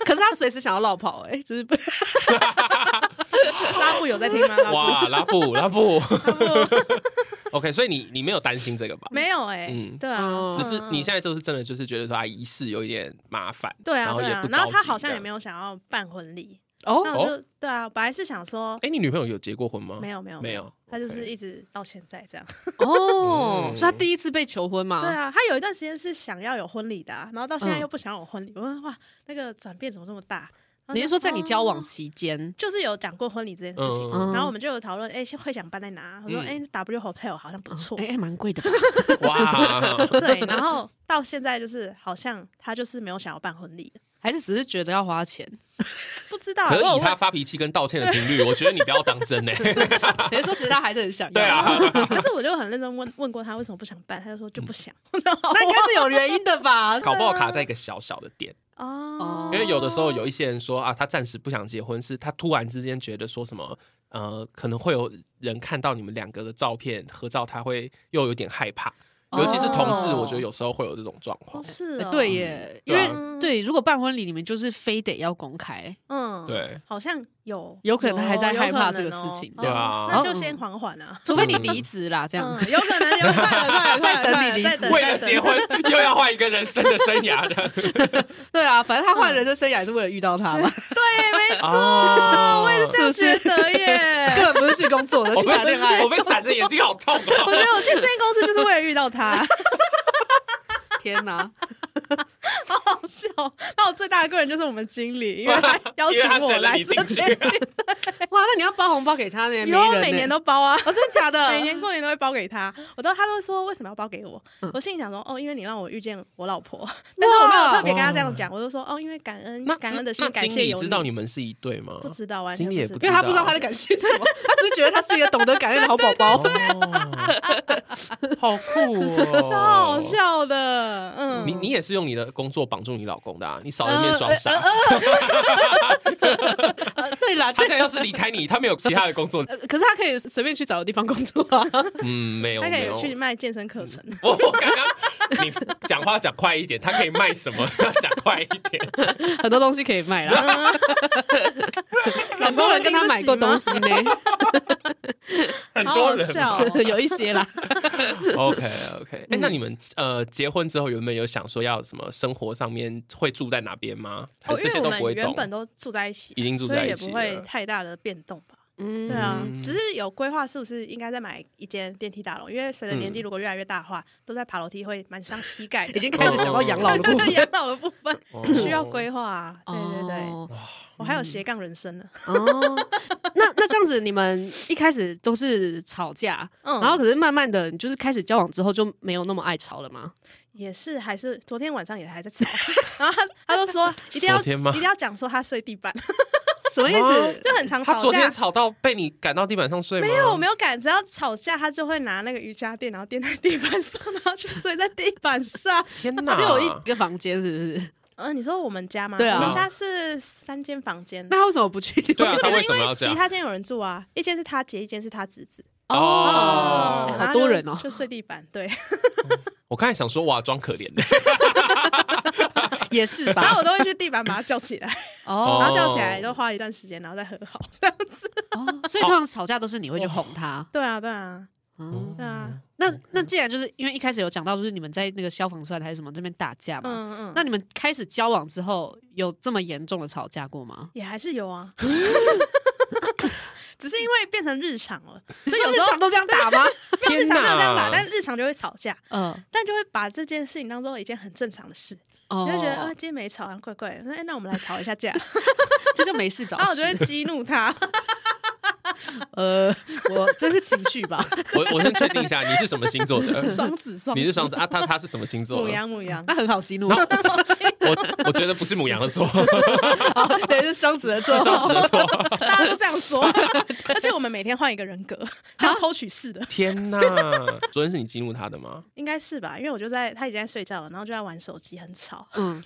[SPEAKER 2] 可是他随时想要落跑、哎，就是不
[SPEAKER 3] 拉布有在听吗？ <laughs> 拉布
[SPEAKER 1] 哇，拉布拉布 <laughs> ，OK，所以你你没有担心这个吧？
[SPEAKER 3] 没有哎
[SPEAKER 1] 嗯，
[SPEAKER 3] 对啊
[SPEAKER 2] 哦，
[SPEAKER 1] 只是
[SPEAKER 3] 嗯
[SPEAKER 1] 你现在就是真的就是觉得说啊，仪式有一点麻烦，
[SPEAKER 3] 对
[SPEAKER 1] 然
[SPEAKER 3] 啊
[SPEAKER 1] 后
[SPEAKER 3] 对
[SPEAKER 1] 也
[SPEAKER 3] 啊
[SPEAKER 1] 不，
[SPEAKER 3] 然后他好像也没
[SPEAKER 1] 有。
[SPEAKER 3] 有想要办婚礼，那
[SPEAKER 2] 哦，
[SPEAKER 3] 我就对啊，本来是想说
[SPEAKER 1] 哎，你女朋友有结过婚吗？
[SPEAKER 3] 没有没有
[SPEAKER 1] 哦没
[SPEAKER 3] <laughs>
[SPEAKER 1] 有，
[SPEAKER 3] 他就是
[SPEAKER 1] OK
[SPEAKER 3] 一直到现在这样。
[SPEAKER 2] 哦，
[SPEAKER 1] 嗯
[SPEAKER 2] 所以他第一次被求婚嘛？
[SPEAKER 3] 对，啊，他有一段时间是想要有婚礼的啊、然后到现在
[SPEAKER 2] 嗯
[SPEAKER 3] 又不想有婚礼。我说哇，那个转变怎么这么大？然后
[SPEAKER 2] 你是说在你交往
[SPEAKER 3] 哦
[SPEAKER 2] 期间？
[SPEAKER 3] 就是有讲过婚礼这件事情，
[SPEAKER 1] 嗯
[SPEAKER 2] 嗯
[SPEAKER 3] 然后我们就有讨论，哎、会想办在哪？我说，
[SPEAKER 1] 嗯
[SPEAKER 3] 哎、w Hotel 好像不错。
[SPEAKER 2] 哎、哎蛮贵的吧？
[SPEAKER 1] 哇，
[SPEAKER 3] <laughs> 对，然后到现在就是好像他就是没有想要办婚礼，
[SPEAKER 2] 还是只是觉得要花钱？
[SPEAKER 3] 不知道。
[SPEAKER 1] 可是
[SPEAKER 3] 我有
[SPEAKER 1] 以
[SPEAKER 3] 问
[SPEAKER 1] 他发脾气跟道歉的频率，我觉得你不要当真
[SPEAKER 3] <laughs>
[SPEAKER 1] 哎。
[SPEAKER 2] 你是说其实他还是很想要？
[SPEAKER 1] 对，啊，
[SPEAKER 3] 可是我就很认真问问过他为什么不想办，他就说就不想。
[SPEAKER 2] 嗯那应该是有原因的吧？
[SPEAKER 1] <laughs> 搞不好卡在一个小小的点，
[SPEAKER 3] 哦，
[SPEAKER 1] 因为有的时候有一些人说啊，他暂时不想结婚，是他突然之间觉得说什么。呃，可能会有人看到你们两个的照片合照，他会又有点害怕，尤其是同志，
[SPEAKER 2] 哦
[SPEAKER 1] 我觉得有时候会有这种状况
[SPEAKER 3] 哦。是
[SPEAKER 2] 哎
[SPEAKER 3] 哦
[SPEAKER 2] 对，耶，因
[SPEAKER 1] 对啊
[SPEAKER 2] 为对，如果办婚礼，你们就是非得要公开，
[SPEAKER 3] 嗯，，
[SPEAKER 1] 对，
[SPEAKER 3] 好像有，
[SPEAKER 2] 有可能他还在
[SPEAKER 3] 有
[SPEAKER 2] 害怕
[SPEAKER 3] 有可
[SPEAKER 2] 这个
[SPEAKER 3] 能
[SPEAKER 2] 事
[SPEAKER 3] 哦
[SPEAKER 2] 情
[SPEAKER 3] 嗯
[SPEAKER 1] 对啊
[SPEAKER 3] 那就先缓缓啊。
[SPEAKER 2] 除非你离职啦，这样。
[SPEAKER 3] 嗯，有可能有快了，
[SPEAKER 1] <laughs>
[SPEAKER 3] 快了，快了，快了，再等，
[SPEAKER 1] 为了结婚又要换一个人生的生涯的
[SPEAKER 2] 对啊，反正他换人生生涯也是为了遇到他嘛，
[SPEAKER 3] 对，没
[SPEAKER 2] 啊
[SPEAKER 3] 错，
[SPEAKER 1] 哦，
[SPEAKER 3] 我也是啊这样觉
[SPEAKER 2] <laughs>
[SPEAKER 3] 得耶。
[SPEAKER 2] 根本不是去工作的，
[SPEAKER 1] <laughs> 我
[SPEAKER 2] 去
[SPEAKER 1] 被
[SPEAKER 2] 谈恋爱
[SPEAKER 1] 我。被闪着眼睛好痛 <laughs>
[SPEAKER 3] 我 <laughs>
[SPEAKER 1] 哦。
[SPEAKER 3] 觉得我去这间公司就是为了遇到他，
[SPEAKER 2] 天哪，
[SPEAKER 3] <laughs> 好好笑。那我最大的贵人就是我们经理，因为他邀
[SPEAKER 1] 因为
[SPEAKER 3] 请
[SPEAKER 1] 他
[SPEAKER 3] 我
[SPEAKER 1] 选了
[SPEAKER 3] 来
[SPEAKER 1] 你进
[SPEAKER 3] 这
[SPEAKER 1] 去
[SPEAKER 3] 边，
[SPEAKER 2] <laughs> 哇，那你要包红包给他呢？
[SPEAKER 3] 以后
[SPEAKER 2] 没人
[SPEAKER 3] 每
[SPEAKER 2] 呢
[SPEAKER 3] 年都包啊。
[SPEAKER 2] 哦，真的假的？
[SPEAKER 3] <laughs> 每年过年都会包给他，我都他都说为什么要包给我？
[SPEAKER 2] 嗯
[SPEAKER 3] 我心里想说哦，因为你让我遇见我老婆，但是我没有特别跟他这样讲，我就说哦，因为感恩感恩的心，感
[SPEAKER 1] 经
[SPEAKER 3] 谢
[SPEAKER 1] 理
[SPEAKER 3] 有
[SPEAKER 1] 知道你们是一对吗？
[SPEAKER 3] 不知道完啊全
[SPEAKER 1] 经理也不
[SPEAKER 2] 因为他不知道他在感谢什么，他只是觉得他是一个懂得感恩的好宝宝
[SPEAKER 3] <laughs>
[SPEAKER 1] 哦。，好酷哦，
[SPEAKER 3] 超好。笑的，嗯，
[SPEAKER 1] 你你也是用你的工作绑住你老公的，啊，你少在那边装
[SPEAKER 3] 呃
[SPEAKER 1] 傻。
[SPEAKER 2] 对
[SPEAKER 1] 他
[SPEAKER 2] 啦，
[SPEAKER 1] 现
[SPEAKER 2] 对
[SPEAKER 1] 在要是离开你，他没有其他的工作，
[SPEAKER 2] 呃可是他可以随便去找个地方工作啊。 <laughs>
[SPEAKER 1] 嗯，没有
[SPEAKER 3] 他可
[SPEAKER 1] 没
[SPEAKER 3] 以
[SPEAKER 1] 有。
[SPEAKER 3] 去卖健身课程，
[SPEAKER 1] 我我刚刚你讲话讲快一点，他可以卖什么？讲快一点。
[SPEAKER 2] 很多东西可以卖啦。 <laughs> 很多人跟他买过东西呢，
[SPEAKER 1] <laughs> 很
[SPEAKER 3] 好
[SPEAKER 1] 多
[SPEAKER 3] 好
[SPEAKER 1] 人 <laughs>
[SPEAKER 3] 笑哦。
[SPEAKER 2] 有一些啦。
[SPEAKER 1] OK OK，哎、那你们呃结婚之后原本有想说要什么生活上面会住在哪边吗？还
[SPEAKER 3] 哦，
[SPEAKER 1] 是
[SPEAKER 3] 因
[SPEAKER 1] 这
[SPEAKER 3] 为
[SPEAKER 1] 些
[SPEAKER 3] 我
[SPEAKER 1] 都不
[SPEAKER 3] 们
[SPEAKER 1] 会
[SPEAKER 3] 原
[SPEAKER 1] 动？
[SPEAKER 3] 本都住在一起，
[SPEAKER 1] 已经住
[SPEAKER 3] 所
[SPEAKER 1] 在
[SPEAKER 3] 以
[SPEAKER 1] 一
[SPEAKER 3] 也
[SPEAKER 1] 起
[SPEAKER 3] 不会
[SPEAKER 1] 了
[SPEAKER 3] 太大的变动吧。
[SPEAKER 2] 嗯
[SPEAKER 3] 对啊，
[SPEAKER 1] 嗯
[SPEAKER 3] 只是有规划，是不是应该再买一间电梯大楼？因为随着年纪如果越来越大的话，都在爬楼梯会蛮伤膝盖的，
[SPEAKER 2] 已经开始想到养老的
[SPEAKER 3] <laughs>
[SPEAKER 2] 部分。
[SPEAKER 3] 养老的部分
[SPEAKER 1] 哦
[SPEAKER 3] 需要规划啊。对 <laughs> 对对，
[SPEAKER 2] 哦
[SPEAKER 3] 我还有斜杠人生呢。
[SPEAKER 2] 哦，那那这样子，你们一开始都是吵架，
[SPEAKER 3] 嗯，
[SPEAKER 2] 然后可是慢慢的，你就是开始交往之后就没有那么爱吵了吗？
[SPEAKER 3] 也是还是昨 <laughs> 天晚上也还在吵，然后他他就说一定要
[SPEAKER 1] 昨天吗
[SPEAKER 3] 一定要讲说他睡地板，
[SPEAKER 2] 什么意思？
[SPEAKER 3] 就很常
[SPEAKER 1] 他
[SPEAKER 3] 吵
[SPEAKER 1] 昨天
[SPEAKER 3] 架。
[SPEAKER 1] 吵到被你赶到地板上睡吗？
[SPEAKER 3] 没有，我没有敢，只要吵架，他就会拿那个瑜伽垫，然后垫在地板上，然后就睡在地板 <laughs> 上。
[SPEAKER 1] 天哪，
[SPEAKER 2] 只有一个房间是不是？
[SPEAKER 3] 嗯，你说我们家吗？
[SPEAKER 2] 对啊
[SPEAKER 3] 我们家是三间房间。
[SPEAKER 2] <laughs> 那他为什么不去？
[SPEAKER 1] 对
[SPEAKER 2] <laughs>
[SPEAKER 1] 啊
[SPEAKER 3] 不是
[SPEAKER 1] 他
[SPEAKER 3] 可
[SPEAKER 1] 为
[SPEAKER 3] 是
[SPEAKER 1] 什么
[SPEAKER 3] 因
[SPEAKER 1] 要
[SPEAKER 3] 为
[SPEAKER 1] 这
[SPEAKER 3] 其
[SPEAKER 1] 样
[SPEAKER 3] 他间有人住啊，一间是他姐，一间是他侄子。
[SPEAKER 1] 哦
[SPEAKER 3] 然
[SPEAKER 2] 哦
[SPEAKER 3] 后
[SPEAKER 2] 好多
[SPEAKER 3] 就
[SPEAKER 2] 人哦
[SPEAKER 3] 就睡地板。对，
[SPEAKER 1] 我刚才想说哇，装可怜的，
[SPEAKER 2] 也是
[SPEAKER 3] 然后
[SPEAKER 2] 吧？
[SPEAKER 3] 我都会去地板把他叫起来，
[SPEAKER 1] 哦
[SPEAKER 2] 哦
[SPEAKER 3] 然后叫起来都花一段时间，然后再和好这样子。
[SPEAKER 2] 哦，所以通常吵架都是你会去哄他。
[SPEAKER 3] 对啊，对啊，
[SPEAKER 2] 嗯，
[SPEAKER 3] 对啊，
[SPEAKER 2] 那
[SPEAKER 1] 嗯
[SPEAKER 2] 那既然就是因为一开始有讲到，就是你们在那个消防栓还是什么那边打架嘛，
[SPEAKER 3] 嗯嗯，
[SPEAKER 2] 那你们开始交往之后有这么严重的吵架过吗？
[SPEAKER 3] 也还是有啊，只是因为变成日常了，
[SPEAKER 2] 你
[SPEAKER 3] <laughs> 所以
[SPEAKER 2] 说
[SPEAKER 3] 有时候
[SPEAKER 2] 日常都这样打
[SPEAKER 3] <laughs>
[SPEAKER 2] 吗？
[SPEAKER 3] 没有日
[SPEAKER 1] 天
[SPEAKER 3] 常没有这样
[SPEAKER 1] 哪
[SPEAKER 3] 打，，但日常就会吵架，
[SPEAKER 2] 嗯，
[SPEAKER 3] 但就会把这件事情当做一件很正常的事，
[SPEAKER 2] 哦
[SPEAKER 3] 你就觉得啊今天没吵，啊，怪怪的，那哎那我们来吵一
[SPEAKER 2] <laughs>
[SPEAKER 3] 下架，
[SPEAKER 2] 这就没事找事。
[SPEAKER 3] 然啊后我就会激怒
[SPEAKER 2] <laughs>
[SPEAKER 3] 他，
[SPEAKER 2] 呃，我这是情绪吧？
[SPEAKER 1] 我我先确定一下，你是什么星座的？
[SPEAKER 3] <laughs> 双子双
[SPEAKER 1] 你
[SPEAKER 2] <laughs>
[SPEAKER 3] 子
[SPEAKER 1] 是双子啊？他他是什么星座
[SPEAKER 3] 母
[SPEAKER 1] 的？
[SPEAKER 3] 羊母羊，
[SPEAKER 2] 那很好激怒，
[SPEAKER 1] 我我觉得不是母羊的
[SPEAKER 3] <laughs>
[SPEAKER 1] 错，
[SPEAKER 2] <laughs> 对，是双子的
[SPEAKER 1] 是双子的错。
[SPEAKER 3] 大家都这样
[SPEAKER 2] <laughs>
[SPEAKER 3] 说，而且我们每天换一个人格，
[SPEAKER 2] 啊
[SPEAKER 3] 像抽取式的，
[SPEAKER 1] <laughs> 天哪！昨天是你激怒他的吗？
[SPEAKER 3] 应该是吧？因为我就在他已经在睡觉了，然后就在玩手机，很吵，
[SPEAKER 2] 嗯，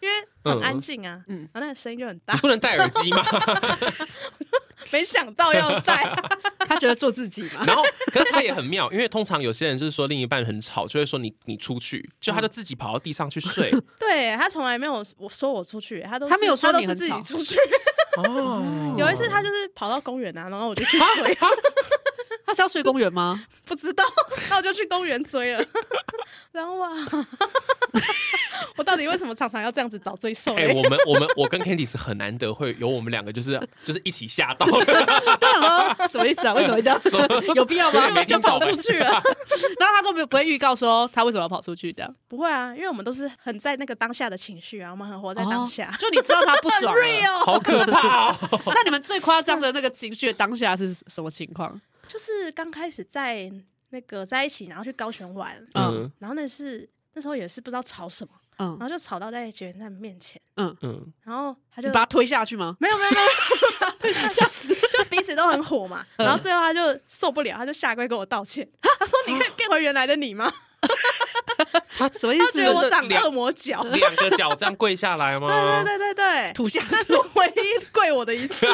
[SPEAKER 3] 因为很安静啊，
[SPEAKER 2] 嗯
[SPEAKER 3] 嗯
[SPEAKER 2] 嗯，
[SPEAKER 3] 然后那个声音就很
[SPEAKER 1] 你
[SPEAKER 3] 大， <laughs>
[SPEAKER 1] 不能戴耳机吗？
[SPEAKER 3] 没想到要带，
[SPEAKER 2] <laughs> 他觉得做自己嘛。
[SPEAKER 1] 然后，可是他也很妙，因为通常有些人就是说另一半很吵，就会说你你出去，就他就自己跑到地上去睡。
[SPEAKER 3] 对他从来没有我说我出去，他都是
[SPEAKER 2] 他没有说
[SPEAKER 3] 他都
[SPEAKER 2] 你
[SPEAKER 3] 是
[SPEAKER 2] 很
[SPEAKER 3] 自己
[SPEAKER 2] 吵
[SPEAKER 3] 出去。
[SPEAKER 1] 哦
[SPEAKER 3] 有一次他就是跑到公园啊，然后我就去追，
[SPEAKER 2] 他是要睡公园吗？
[SPEAKER 3] 不知道， <laughs> 那我就去公园追了， <laughs> 然后哇， <laughs> 我到底为什么常常要这样子找罪受
[SPEAKER 1] 哎、
[SPEAKER 3] 嘞？
[SPEAKER 1] 我们我们我跟 Candy 是很难得会有我们两个就是就是一起吓到，
[SPEAKER 3] <laughs>
[SPEAKER 2] 对了，什么意思啊？为什么会这 <laughs> 样子？有必要吗？
[SPEAKER 1] 没
[SPEAKER 3] 就
[SPEAKER 1] 听
[SPEAKER 3] 跑
[SPEAKER 1] 懂
[SPEAKER 3] 出去了，
[SPEAKER 2] <laughs> 然后他都没有不会预告说他为什么要跑出去这样，
[SPEAKER 3] 不会啊，因为我们都是很在那个当下的情绪啊，我们很活在当下
[SPEAKER 2] 哦，就你知道他不爽了。
[SPEAKER 1] 好可怕、哦！
[SPEAKER 2] 那你们最夸张的那个情绪的当下是什么情况？
[SPEAKER 3] 就是刚开始在那个在一起，然后去高雄玩，
[SPEAKER 1] 嗯
[SPEAKER 2] 嗯
[SPEAKER 3] 然后那是那时候也是不知道吵什么，
[SPEAKER 2] 嗯
[SPEAKER 3] 然，后就吵到在捷运站面前，
[SPEAKER 1] 嗯，
[SPEAKER 3] 然后他
[SPEAKER 2] 你
[SPEAKER 3] 就
[SPEAKER 2] 把他推下去吗？
[SPEAKER 3] <laughs> 没有没有没有，被吓死，就彼此都很火嘛。然后最后他就受不了，他就下跪跟我道歉，他
[SPEAKER 2] <laughs> 啊
[SPEAKER 3] 说：“你可以变回原来的你吗
[SPEAKER 2] 他什么意？”
[SPEAKER 3] 他觉得
[SPEAKER 2] 思？
[SPEAKER 3] 我长
[SPEAKER 1] 两
[SPEAKER 3] 恶魔脚。
[SPEAKER 1] 两个脚这样跪下来吗？
[SPEAKER 3] 对 <laughs> 对对对对，
[SPEAKER 2] <laughs> 土下
[SPEAKER 3] 那是我唯一跪我的一次，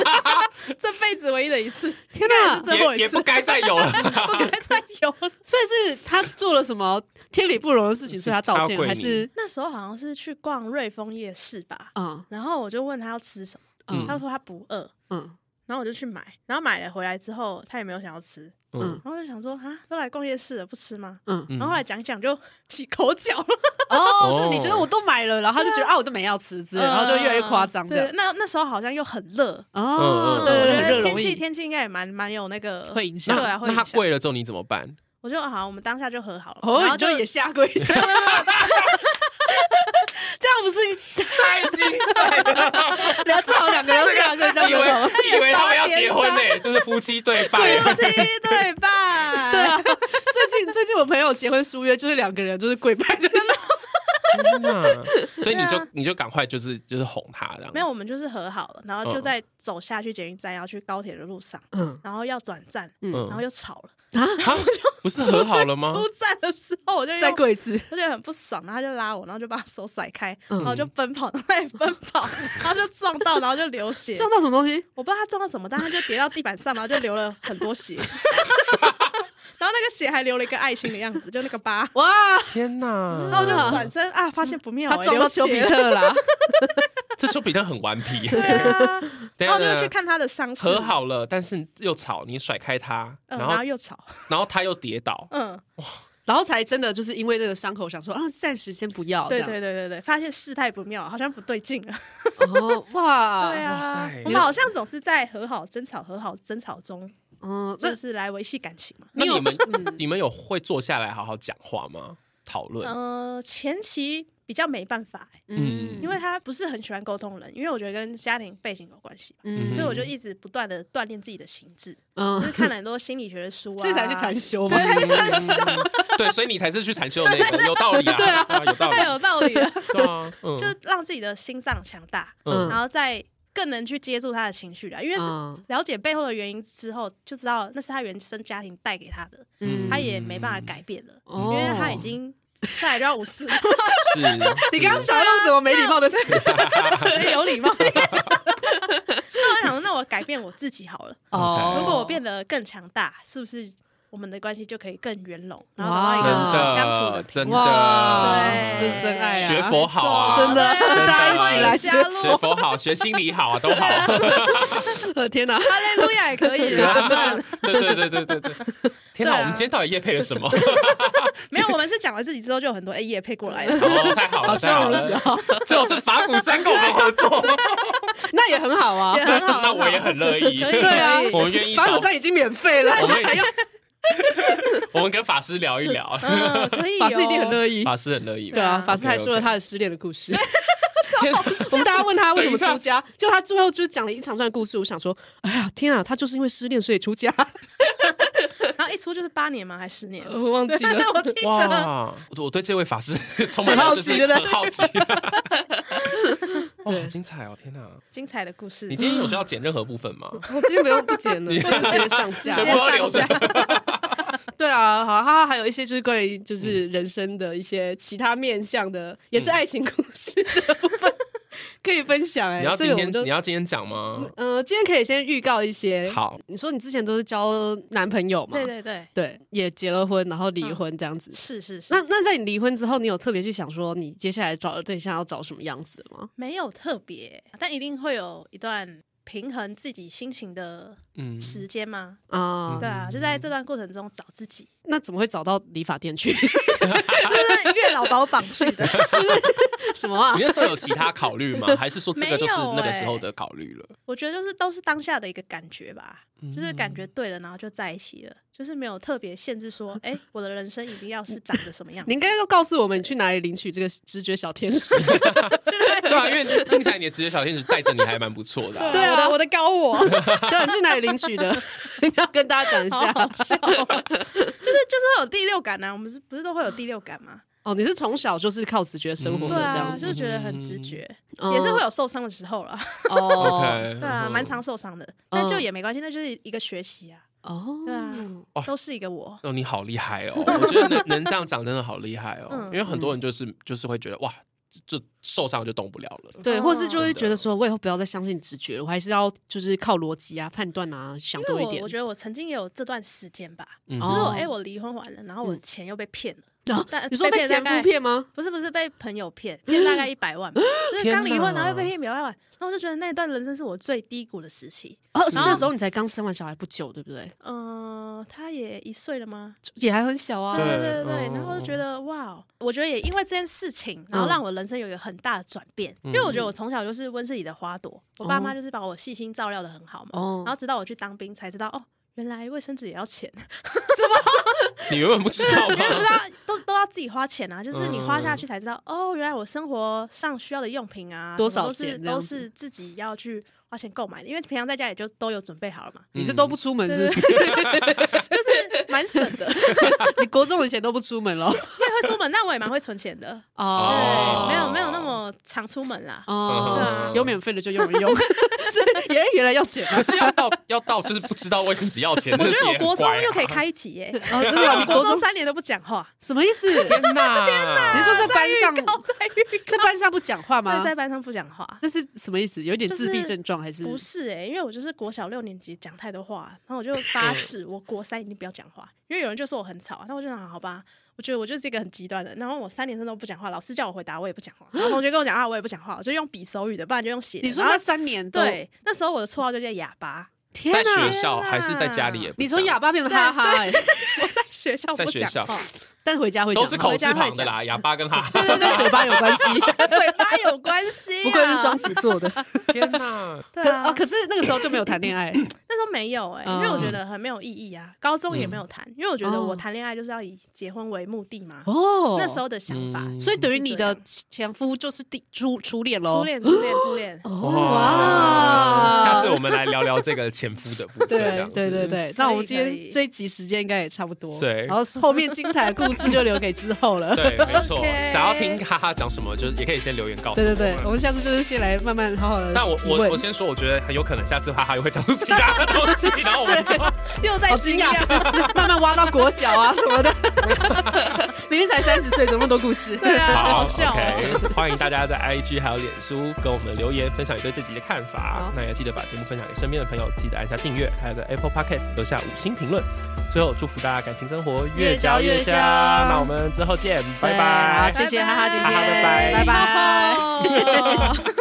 [SPEAKER 3] 这辈子唯一的一次，
[SPEAKER 2] 天
[SPEAKER 3] 那也
[SPEAKER 2] 哪
[SPEAKER 3] 是！最后
[SPEAKER 1] 也
[SPEAKER 3] 一
[SPEAKER 1] 也
[SPEAKER 3] 次，
[SPEAKER 1] 不该再有了。
[SPEAKER 3] 不该再有了。
[SPEAKER 2] 所以是他做了什么天理不容的事 <laughs> 情，所以他道
[SPEAKER 1] 他要
[SPEAKER 2] 歉，
[SPEAKER 1] 跪你
[SPEAKER 2] 还是
[SPEAKER 3] 那时候好像是去逛瑞丰夜市吧，
[SPEAKER 2] 嗯
[SPEAKER 3] 然后我就问他要吃什么，
[SPEAKER 1] 嗯
[SPEAKER 3] 他说他不饿，
[SPEAKER 2] 嗯
[SPEAKER 3] 然后我就去买，然后买了回来之后，他也没有想要吃，
[SPEAKER 1] 嗯
[SPEAKER 2] 嗯
[SPEAKER 3] 然后我就想说啊，都来逛夜市了，不吃吗？
[SPEAKER 2] 嗯？
[SPEAKER 1] 嗯
[SPEAKER 3] 然后后来讲一讲就 <laughs> 起口角了，
[SPEAKER 2] 哦，就是你觉得我都买了，然后他就觉得啊，我都没要吃之类的，然后就越来越夸张这
[SPEAKER 3] 对，
[SPEAKER 2] 样。
[SPEAKER 3] 那那时候好像又很热，
[SPEAKER 1] 嗯
[SPEAKER 2] 哦，对
[SPEAKER 1] 嗯
[SPEAKER 2] 对
[SPEAKER 3] 我
[SPEAKER 2] 对，
[SPEAKER 3] 觉
[SPEAKER 2] 热
[SPEAKER 3] 得天
[SPEAKER 2] 容
[SPEAKER 3] 气
[SPEAKER 2] 易
[SPEAKER 3] 天气应该也蛮蛮有那个
[SPEAKER 2] 会影响
[SPEAKER 1] 那
[SPEAKER 3] 对啊，会
[SPEAKER 1] 那
[SPEAKER 3] 影
[SPEAKER 1] 他
[SPEAKER 3] 响。
[SPEAKER 1] 跪了之后你怎么办？
[SPEAKER 3] 我就好，我们当下就和好了，
[SPEAKER 2] 哦，
[SPEAKER 3] 然后
[SPEAKER 2] 你就也下跪，这 <laughs>
[SPEAKER 3] 没有没有没有，
[SPEAKER 2] 样不是
[SPEAKER 1] 太精彩了！
[SPEAKER 2] 聊正好两个人下跪，这
[SPEAKER 1] <laughs>
[SPEAKER 2] 样
[SPEAKER 1] 以
[SPEAKER 2] 就好了。
[SPEAKER 1] 为以为他们要结婚呢，这是夫妻对拜。
[SPEAKER 3] 夫妻对啊吧？
[SPEAKER 2] <laughs> 对啊，最近最近我朋友结婚书约就是两个人就是跪拜的，
[SPEAKER 1] 天哪所以你
[SPEAKER 3] 对
[SPEAKER 1] 就
[SPEAKER 3] 啊
[SPEAKER 1] 你就赶快就是就是哄他这样。
[SPEAKER 3] 没有，我们就是和好了，然后就
[SPEAKER 1] 嗯
[SPEAKER 3] 在走下去捷运站要去高铁的路上，
[SPEAKER 2] 嗯
[SPEAKER 3] 然后要转站，
[SPEAKER 1] 嗯
[SPEAKER 3] 然后又吵了。
[SPEAKER 1] 啊，不是和好了吗？
[SPEAKER 3] <laughs> 出站的时候我就
[SPEAKER 2] 再
[SPEAKER 3] 用
[SPEAKER 2] 跪一次。
[SPEAKER 3] 我就很不爽，然后他就拉我，然后就把手甩开，
[SPEAKER 2] 嗯
[SPEAKER 3] 然后就奔跑，然后也奔跑，然后就撞到，然后就流血。
[SPEAKER 2] <laughs> 撞到什么东西？
[SPEAKER 3] 我不知道他撞到什么，但他就跌到地板上，然后就流了很多血， <laughs> 然后那个血还流了一个爱心的样子，就那个疤。
[SPEAKER 2] 哇，
[SPEAKER 1] 天哪！
[SPEAKER 3] 然后我就转身啊，发现不妙、
[SPEAKER 2] 嗯他
[SPEAKER 3] 欸，
[SPEAKER 2] 撞到
[SPEAKER 3] 流
[SPEAKER 2] 丘比
[SPEAKER 3] 血了。
[SPEAKER 2] 特啦！
[SPEAKER 1] 这丘比特很顽皮。
[SPEAKER 3] <laughs> 对啊，
[SPEAKER 1] <laughs> 等
[SPEAKER 3] 然
[SPEAKER 1] 下
[SPEAKER 3] 后我就
[SPEAKER 1] 等
[SPEAKER 3] 去
[SPEAKER 1] 下
[SPEAKER 3] 看他的伤势，
[SPEAKER 1] 和好了，但是又吵，你甩开他，然
[SPEAKER 3] 嗯，然后
[SPEAKER 1] 后
[SPEAKER 3] 又吵，
[SPEAKER 1] 然后他又跌倒，
[SPEAKER 3] 嗯，
[SPEAKER 2] <laughs> 然后才真的就是因为那个伤口，想说啊，暂时先不要。
[SPEAKER 3] 对
[SPEAKER 2] 这
[SPEAKER 3] 对
[SPEAKER 2] 样
[SPEAKER 3] 对对对，发现事态不妙，好像不对劲了。
[SPEAKER 2] 哦，哇，
[SPEAKER 3] 对
[SPEAKER 1] 哇
[SPEAKER 3] 啊
[SPEAKER 1] 塞，
[SPEAKER 3] 我们好像总是在和好、争吵、和好、争吵中，
[SPEAKER 2] 嗯，那
[SPEAKER 3] 就是来维系感情嘛。
[SPEAKER 1] 那
[SPEAKER 2] 你有
[SPEAKER 1] 你们
[SPEAKER 2] 嗯
[SPEAKER 1] 你们有会坐下来好好讲话吗？讨论？
[SPEAKER 3] 呃，前期比较没办法、欸，
[SPEAKER 1] 嗯
[SPEAKER 3] 因为他不是很喜欢沟通人，因为我觉得跟家庭背景有关系吧。
[SPEAKER 2] 嗯
[SPEAKER 3] 所以我就一直不断的锻炼自己的心智，
[SPEAKER 2] 嗯
[SPEAKER 3] 就是看了很多心理学的 <laughs> 书啊，
[SPEAKER 2] 所以才去禅修嘛
[SPEAKER 3] 对，。才去禅修，
[SPEAKER 1] <laughs> 对，所以你才是去禅修的那个，有道理
[SPEAKER 3] <laughs>
[SPEAKER 1] 啊，对啊，有道理
[SPEAKER 3] 太，有道理了， <laughs>
[SPEAKER 1] 对啊，嗯
[SPEAKER 2] <laughs>
[SPEAKER 3] 就让自己的心脏强大，
[SPEAKER 1] 嗯
[SPEAKER 3] 然后在更能去接住他的情绪了，因为
[SPEAKER 2] 嗯
[SPEAKER 3] 了解背后的原因之后，就知道那是他原生家庭带给他的，
[SPEAKER 1] 嗯
[SPEAKER 3] 他也没办法改变了，
[SPEAKER 2] 哦
[SPEAKER 3] 因为他已经再来就要五 <laughs> 十，
[SPEAKER 1] 是，
[SPEAKER 2] 你刚刚想用什么没礼貌的词？ <laughs>
[SPEAKER 3] 有礼貌。那我想说，那我改变我自己好了。
[SPEAKER 1] 哦
[SPEAKER 3] 如果我变得更强大，是不是我们的关系就可以更圆融，然后找
[SPEAKER 2] 哇
[SPEAKER 3] 到一
[SPEAKER 1] 真
[SPEAKER 3] 个好相处
[SPEAKER 1] 啊的哦
[SPEAKER 3] 的
[SPEAKER 1] 真
[SPEAKER 2] 哇
[SPEAKER 1] 的，
[SPEAKER 3] 对，
[SPEAKER 2] 这是真爱啊
[SPEAKER 1] 学佛好啊，
[SPEAKER 2] 真的
[SPEAKER 3] 对
[SPEAKER 1] 大家一起来
[SPEAKER 3] 欢迎
[SPEAKER 2] 学
[SPEAKER 3] 加
[SPEAKER 1] 学
[SPEAKER 3] 入，
[SPEAKER 1] 佛好，学心理好啊，都好。
[SPEAKER 2] 呃 <laughs> 天哪！
[SPEAKER 3] 哈利路亚也可以啦。
[SPEAKER 1] <laughs> 对对对对对对，天哪，
[SPEAKER 3] 对啊
[SPEAKER 1] 我们今天到底夜配了什么？ <laughs>
[SPEAKER 3] 没有，我们是讲了自己之后，就有很多 A 也配过来的。
[SPEAKER 1] 哦，太好了，太好了，这种是啊法鼓山跟我们合作，
[SPEAKER 2] 那也很好
[SPEAKER 1] <laughs>
[SPEAKER 2] 啊
[SPEAKER 3] 也，很好，
[SPEAKER 1] 那我也很乐意。
[SPEAKER 3] 可以，哦
[SPEAKER 2] 对啊
[SPEAKER 3] 可以
[SPEAKER 1] 我们愿意找
[SPEAKER 2] 法鼓山已经免费了，
[SPEAKER 1] 我们已经我们跟法师聊一聊，
[SPEAKER 3] 嗯，可以
[SPEAKER 2] <laughs>
[SPEAKER 3] 哦，
[SPEAKER 2] 法师一定很乐意。
[SPEAKER 1] 法师很乐意吧。
[SPEAKER 2] 对啊，
[SPEAKER 3] 对啊
[SPEAKER 2] 法师还
[SPEAKER 1] OK，OK
[SPEAKER 2] 说了他的失恋的
[SPEAKER 1] <laughs>
[SPEAKER 2] 故事。 <laughs>
[SPEAKER 1] 天
[SPEAKER 2] 我们大家问他为什么
[SPEAKER 1] 等一下
[SPEAKER 2] 出家，就他最后就是讲了一长串故事。我想说，哎呀，天啊，他就是因为失恋所以
[SPEAKER 1] <laughs>
[SPEAKER 2] 出家，
[SPEAKER 3] 然后一出就是八年嘛，还十年？
[SPEAKER 2] 我忘记了。
[SPEAKER 3] 我记得
[SPEAKER 1] 哇，我我对这位法师 <laughs> 充满了
[SPEAKER 2] 很好
[SPEAKER 1] 就是
[SPEAKER 2] 奇对不对
[SPEAKER 1] 很 <laughs> 好奇。哇，好精彩哦！天哪，
[SPEAKER 3] 精彩的故事
[SPEAKER 1] 你。今天有需要剪任何部分吗？
[SPEAKER 2] <laughs> 我今天不用不剪
[SPEAKER 1] <laughs>
[SPEAKER 2] 了，今天直接上架
[SPEAKER 1] 全部都留着。
[SPEAKER 2] 对啊，好，他还有一些就是关于就是人生的一些其他面向的，也是爱情故事的部
[SPEAKER 1] <laughs>
[SPEAKER 2] 分可以分享哎、
[SPEAKER 1] 你要
[SPEAKER 2] 这
[SPEAKER 1] 今
[SPEAKER 2] 个我们
[SPEAKER 1] 天
[SPEAKER 2] 就嗯
[SPEAKER 1] 你要今天讲吗？
[SPEAKER 2] 呃，今天可以先预告一些。，
[SPEAKER 1] 好，
[SPEAKER 2] 你说你之前都是交男朋友嘛？
[SPEAKER 3] 对嗯对对，
[SPEAKER 2] 对也结了婚，然后离婚这样子。
[SPEAKER 3] 是是是
[SPEAKER 2] 那，那在你离婚之后，你有特别去想说你接下来找的对象要找什么样子的吗？
[SPEAKER 3] 没有特别，但一定会有一段平衡自己心情的
[SPEAKER 1] 嗯，
[SPEAKER 3] 时间吗？
[SPEAKER 2] 啊、
[SPEAKER 3] 对啊，就在这段过程中找自己，
[SPEAKER 2] 那怎么会找到理发店去？ <laughs>
[SPEAKER 3] 就是月老把我绑去的，是不是？
[SPEAKER 2] <laughs> 什么啊
[SPEAKER 1] 嗯你？那时候有其他考虑吗？还是说这个就是
[SPEAKER 3] 没有
[SPEAKER 1] 那个
[SPEAKER 3] 欸
[SPEAKER 1] 时候的考虑了？
[SPEAKER 3] 我觉得就是都是当下的一个感觉吧，就是感
[SPEAKER 1] 嗯
[SPEAKER 3] 觉对了，然后就在一起了，就是没有特别限制说，哎，我的人生一定要是长得什么样子
[SPEAKER 2] 你应该要告诉我们你去哪里领取这个直觉小天使。 <laughs>
[SPEAKER 1] 对啊，因为听起来你的直觉小天使带着你还蛮不错的啊。
[SPEAKER 2] 对啊
[SPEAKER 3] 我的我的高我， <laughs> 就是
[SPEAKER 2] 叫你去哪里领取的？ <laughs> 你要跟大家讲一下。
[SPEAKER 3] 就是会有第六感啊，我们是不是都会有第六感嘛？
[SPEAKER 2] <laughs> 哦，你是从小就是靠直觉生
[SPEAKER 1] 嗯
[SPEAKER 2] 活的
[SPEAKER 3] 对
[SPEAKER 2] 这
[SPEAKER 3] 啊，
[SPEAKER 2] 样子，
[SPEAKER 3] 就是觉得很直觉，
[SPEAKER 2] 嗯
[SPEAKER 3] 啊也是会有受伤的时候啦，
[SPEAKER 2] 哦
[SPEAKER 1] <laughs> OK，
[SPEAKER 3] 对啊，
[SPEAKER 1] 嗯
[SPEAKER 3] 蛮常受伤的，但就也没关系，那就是一个学习啊，
[SPEAKER 2] 嗯哦，
[SPEAKER 3] 对啊
[SPEAKER 1] 哇
[SPEAKER 3] 都是一个我，
[SPEAKER 1] 哦，你好厉害
[SPEAKER 3] <laughs>
[SPEAKER 1] 哦！我觉得能能这样讲真的好厉害哦，
[SPEAKER 3] 嗯
[SPEAKER 1] 因为很多人就是就是会觉得哇，这这受伤就动不了了。
[SPEAKER 2] 对，
[SPEAKER 3] 哦
[SPEAKER 2] 或是就会觉得说，我以后不要再相信直觉了，我还是要就是靠逻辑啊、判断啊，想
[SPEAKER 3] 因
[SPEAKER 2] 多
[SPEAKER 3] 为
[SPEAKER 2] 一
[SPEAKER 3] 我
[SPEAKER 2] 点
[SPEAKER 3] 我。觉得我曾经也有这段时间吧，
[SPEAKER 1] 嗯
[SPEAKER 3] 就是我
[SPEAKER 2] 哦
[SPEAKER 3] 哎、我离婚完了，然后我钱又被骗了。
[SPEAKER 2] 啊
[SPEAKER 3] 但
[SPEAKER 2] 你说被前夫？
[SPEAKER 3] 大概
[SPEAKER 2] 骗吗？
[SPEAKER 3] 不是不是被朋友骗，骗大概一
[SPEAKER 2] <laughs>
[SPEAKER 3] 百万吧，就是
[SPEAKER 1] 天
[SPEAKER 3] 刚离婚然后
[SPEAKER 1] 哪
[SPEAKER 3] 被骗一百万，然后我就觉得那一段人生是我最低谷的时期。
[SPEAKER 2] 哦，是那时候你才刚生完小孩不久，对不对？
[SPEAKER 3] 嗯、他也一岁了吗？
[SPEAKER 2] 也还很小啊
[SPEAKER 3] 哦对。对对对，
[SPEAKER 1] 嗯
[SPEAKER 3] 然后我就觉得哇，我觉得也因为这件事情，然后
[SPEAKER 2] 嗯
[SPEAKER 3] 让我人生有一个很大的转变，因为我觉得我从小就是温室里的花朵，我爸妈就是把我细心照料的很好嘛，
[SPEAKER 2] 哦
[SPEAKER 3] 然后直到我去当兵才知道哦，原来卫生纸也要钱， <laughs>
[SPEAKER 1] 你原本不知道
[SPEAKER 3] 因为 <laughs> 不知
[SPEAKER 1] 吗？
[SPEAKER 3] 道都都要自己花钱啊，就是你花下
[SPEAKER 2] 嗯
[SPEAKER 3] 去才知道，哦，原来我生活上需要的用品啊，
[SPEAKER 2] 多少
[SPEAKER 3] 什么
[SPEAKER 2] 钱这
[SPEAKER 3] 都
[SPEAKER 2] 样
[SPEAKER 3] 是
[SPEAKER 2] 子
[SPEAKER 3] 都是自己要去花钱购买的，因为平常在家也就都有准备好了嘛，
[SPEAKER 1] 嗯
[SPEAKER 2] 你是都不出门
[SPEAKER 3] 对
[SPEAKER 2] 是
[SPEAKER 3] 对
[SPEAKER 2] 不是？
[SPEAKER 3] 就是蛮省的。 <laughs>
[SPEAKER 2] <laughs> 你国中以前都不出门了？
[SPEAKER 3] 因为会出门，但我也蛮会存钱的，对，
[SPEAKER 1] 哦
[SPEAKER 3] 没有没有那么常出门啦。对
[SPEAKER 2] 哦
[SPEAKER 3] 啊，
[SPEAKER 2] <laughs> 有免费的就用一用，是原原来要钱啊
[SPEAKER 1] 可是要到要到就是不知道卫生纸要钱，
[SPEAKER 3] <laughs> 我觉
[SPEAKER 1] 这
[SPEAKER 3] 得
[SPEAKER 1] 是
[SPEAKER 3] 我
[SPEAKER 1] 也
[SPEAKER 3] 国
[SPEAKER 1] 很
[SPEAKER 3] 中
[SPEAKER 1] 怪啊
[SPEAKER 3] 又可以。开一集耶、
[SPEAKER 2] 哦，真
[SPEAKER 3] 因
[SPEAKER 2] 的
[SPEAKER 3] 为
[SPEAKER 2] 吗？
[SPEAKER 3] 我
[SPEAKER 2] 你
[SPEAKER 3] 国
[SPEAKER 2] 国
[SPEAKER 3] 中
[SPEAKER 2] 中
[SPEAKER 3] 三年都不讲话，
[SPEAKER 2] 什么意思？你
[SPEAKER 1] 天
[SPEAKER 3] <laughs>
[SPEAKER 1] 哪！天哪！
[SPEAKER 2] 说在班上
[SPEAKER 3] 高在预
[SPEAKER 2] 在班上不讲话
[SPEAKER 3] 告
[SPEAKER 2] 吗？
[SPEAKER 3] 在班上不讲话，
[SPEAKER 2] 那是什么意思？有一点自闭症状还是？
[SPEAKER 3] 不是哎、因为我就是国小六年级讲太多话，然后我就
[SPEAKER 2] <laughs>
[SPEAKER 3] 发誓我国三一定不要讲话，因为有人就说我很吵，啊那我就想好吧，我觉得我就是一个很极端的，然后我三年生都不讲话，老师叫我回答我也不讲话，然后同学跟我讲啊话我也不讲话，我就用比手语的，不然就用写的。
[SPEAKER 2] 你说
[SPEAKER 3] 然
[SPEAKER 2] 那
[SPEAKER 3] 后
[SPEAKER 2] 三年都，
[SPEAKER 3] 对，那时候我的绰号就叫哑巴，
[SPEAKER 2] 天
[SPEAKER 1] 在
[SPEAKER 2] 哪！
[SPEAKER 1] 学校还是在家里也不讲？
[SPEAKER 2] 你从哑巴变成哈哈、欸，
[SPEAKER 3] 我在学校
[SPEAKER 1] 在
[SPEAKER 3] 不
[SPEAKER 1] 学
[SPEAKER 3] 讲
[SPEAKER 1] 校
[SPEAKER 3] 话，
[SPEAKER 2] <laughs> 但回家会讲
[SPEAKER 1] 都
[SPEAKER 2] 话
[SPEAKER 1] 是口字旁的啦，哑巴跟
[SPEAKER 3] <laughs>
[SPEAKER 1] 哈。
[SPEAKER 2] <laughs> 对对对，嘴巴有关系，
[SPEAKER 3] 嘴巴有关系、
[SPEAKER 2] <laughs>
[SPEAKER 3] 啊，
[SPEAKER 2] 不愧是双子座的。
[SPEAKER 1] 天哪！
[SPEAKER 3] 对
[SPEAKER 2] 可
[SPEAKER 3] 啊，
[SPEAKER 2] 哦，可是那个时候就没有谈恋爱，
[SPEAKER 3] 那时候没有哎、因为我觉得很没有意义啊。高中也没有谈，因为我觉得
[SPEAKER 2] 哦
[SPEAKER 3] 我谈恋爱就是要以结婚为目的嘛。
[SPEAKER 2] 哦，
[SPEAKER 3] 那时，候的想法，
[SPEAKER 1] 嗯
[SPEAKER 2] 所以等于你的
[SPEAKER 3] 是这
[SPEAKER 2] 前夫就是第初初恋喽，
[SPEAKER 3] 初恋，初恋，初恋。
[SPEAKER 2] 哦，
[SPEAKER 1] 哇
[SPEAKER 2] 哇，
[SPEAKER 1] 下次我我们来聊聊这个前夫的部分。这
[SPEAKER 2] 对
[SPEAKER 1] 样子
[SPEAKER 2] 对对，对，那我
[SPEAKER 3] 可
[SPEAKER 2] 们
[SPEAKER 3] 以
[SPEAKER 2] 今
[SPEAKER 3] 可
[SPEAKER 2] 天
[SPEAKER 3] 以
[SPEAKER 2] 这一集时间应该也差不多，
[SPEAKER 1] 对
[SPEAKER 2] 然后后面精彩的故事就留给之后了。
[SPEAKER 1] 对，没错。
[SPEAKER 3] OK
[SPEAKER 1] 想要听哈哈讲什么，就是也可以先留言告诉
[SPEAKER 2] <laughs> 对
[SPEAKER 1] 我
[SPEAKER 2] 对
[SPEAKER 1] 们。
[SPEAKER 2] 对，我们下次就是先来慢慢好好的。
[SPEAKER 1] 但我我我先说，我觉得很有可能下次哈哈又会讲出其他的东西，然后我们就 <laughs>
[SPEAKER 3] 又在
[SPEAKER 2] 好
[SPEAKER 3] 惊
[SPEAKER 2] 惊
[SPEAKER 3] 讶，
[SPEAKER 2] 讶， <laughs> 慢慢挖到国小啊什 <laughs> 么的，明明才三十岁，怎么那么多故事？
[SPEAKER 3] 对啊，
[SPEAKER 1] 好
[SPEAKER 3] 好笑哦。
[SPEAKER 1] OK，欢迎大家在 IG 还有脸书跟我们留言，分享你对这集的看法
[SPEAKER 2] 好。
[SPEAKER 1] 那也记得把节目分享给身边的朋友，记得按下订阅，还有在 Apple Podcast 留下五星评论。最后祝福大家感情生活越嚼越香。那我们之后见，拜
[SPEAKER 2] 对好
[SPEAKER 1] 拜。
[SPEAKER 2] 谢谢哈哈姐姐，
[SPEAKER 1] 哈哈拜拜
[SPEAKER 2] 拜拜。
[SPEAKER 3] 哦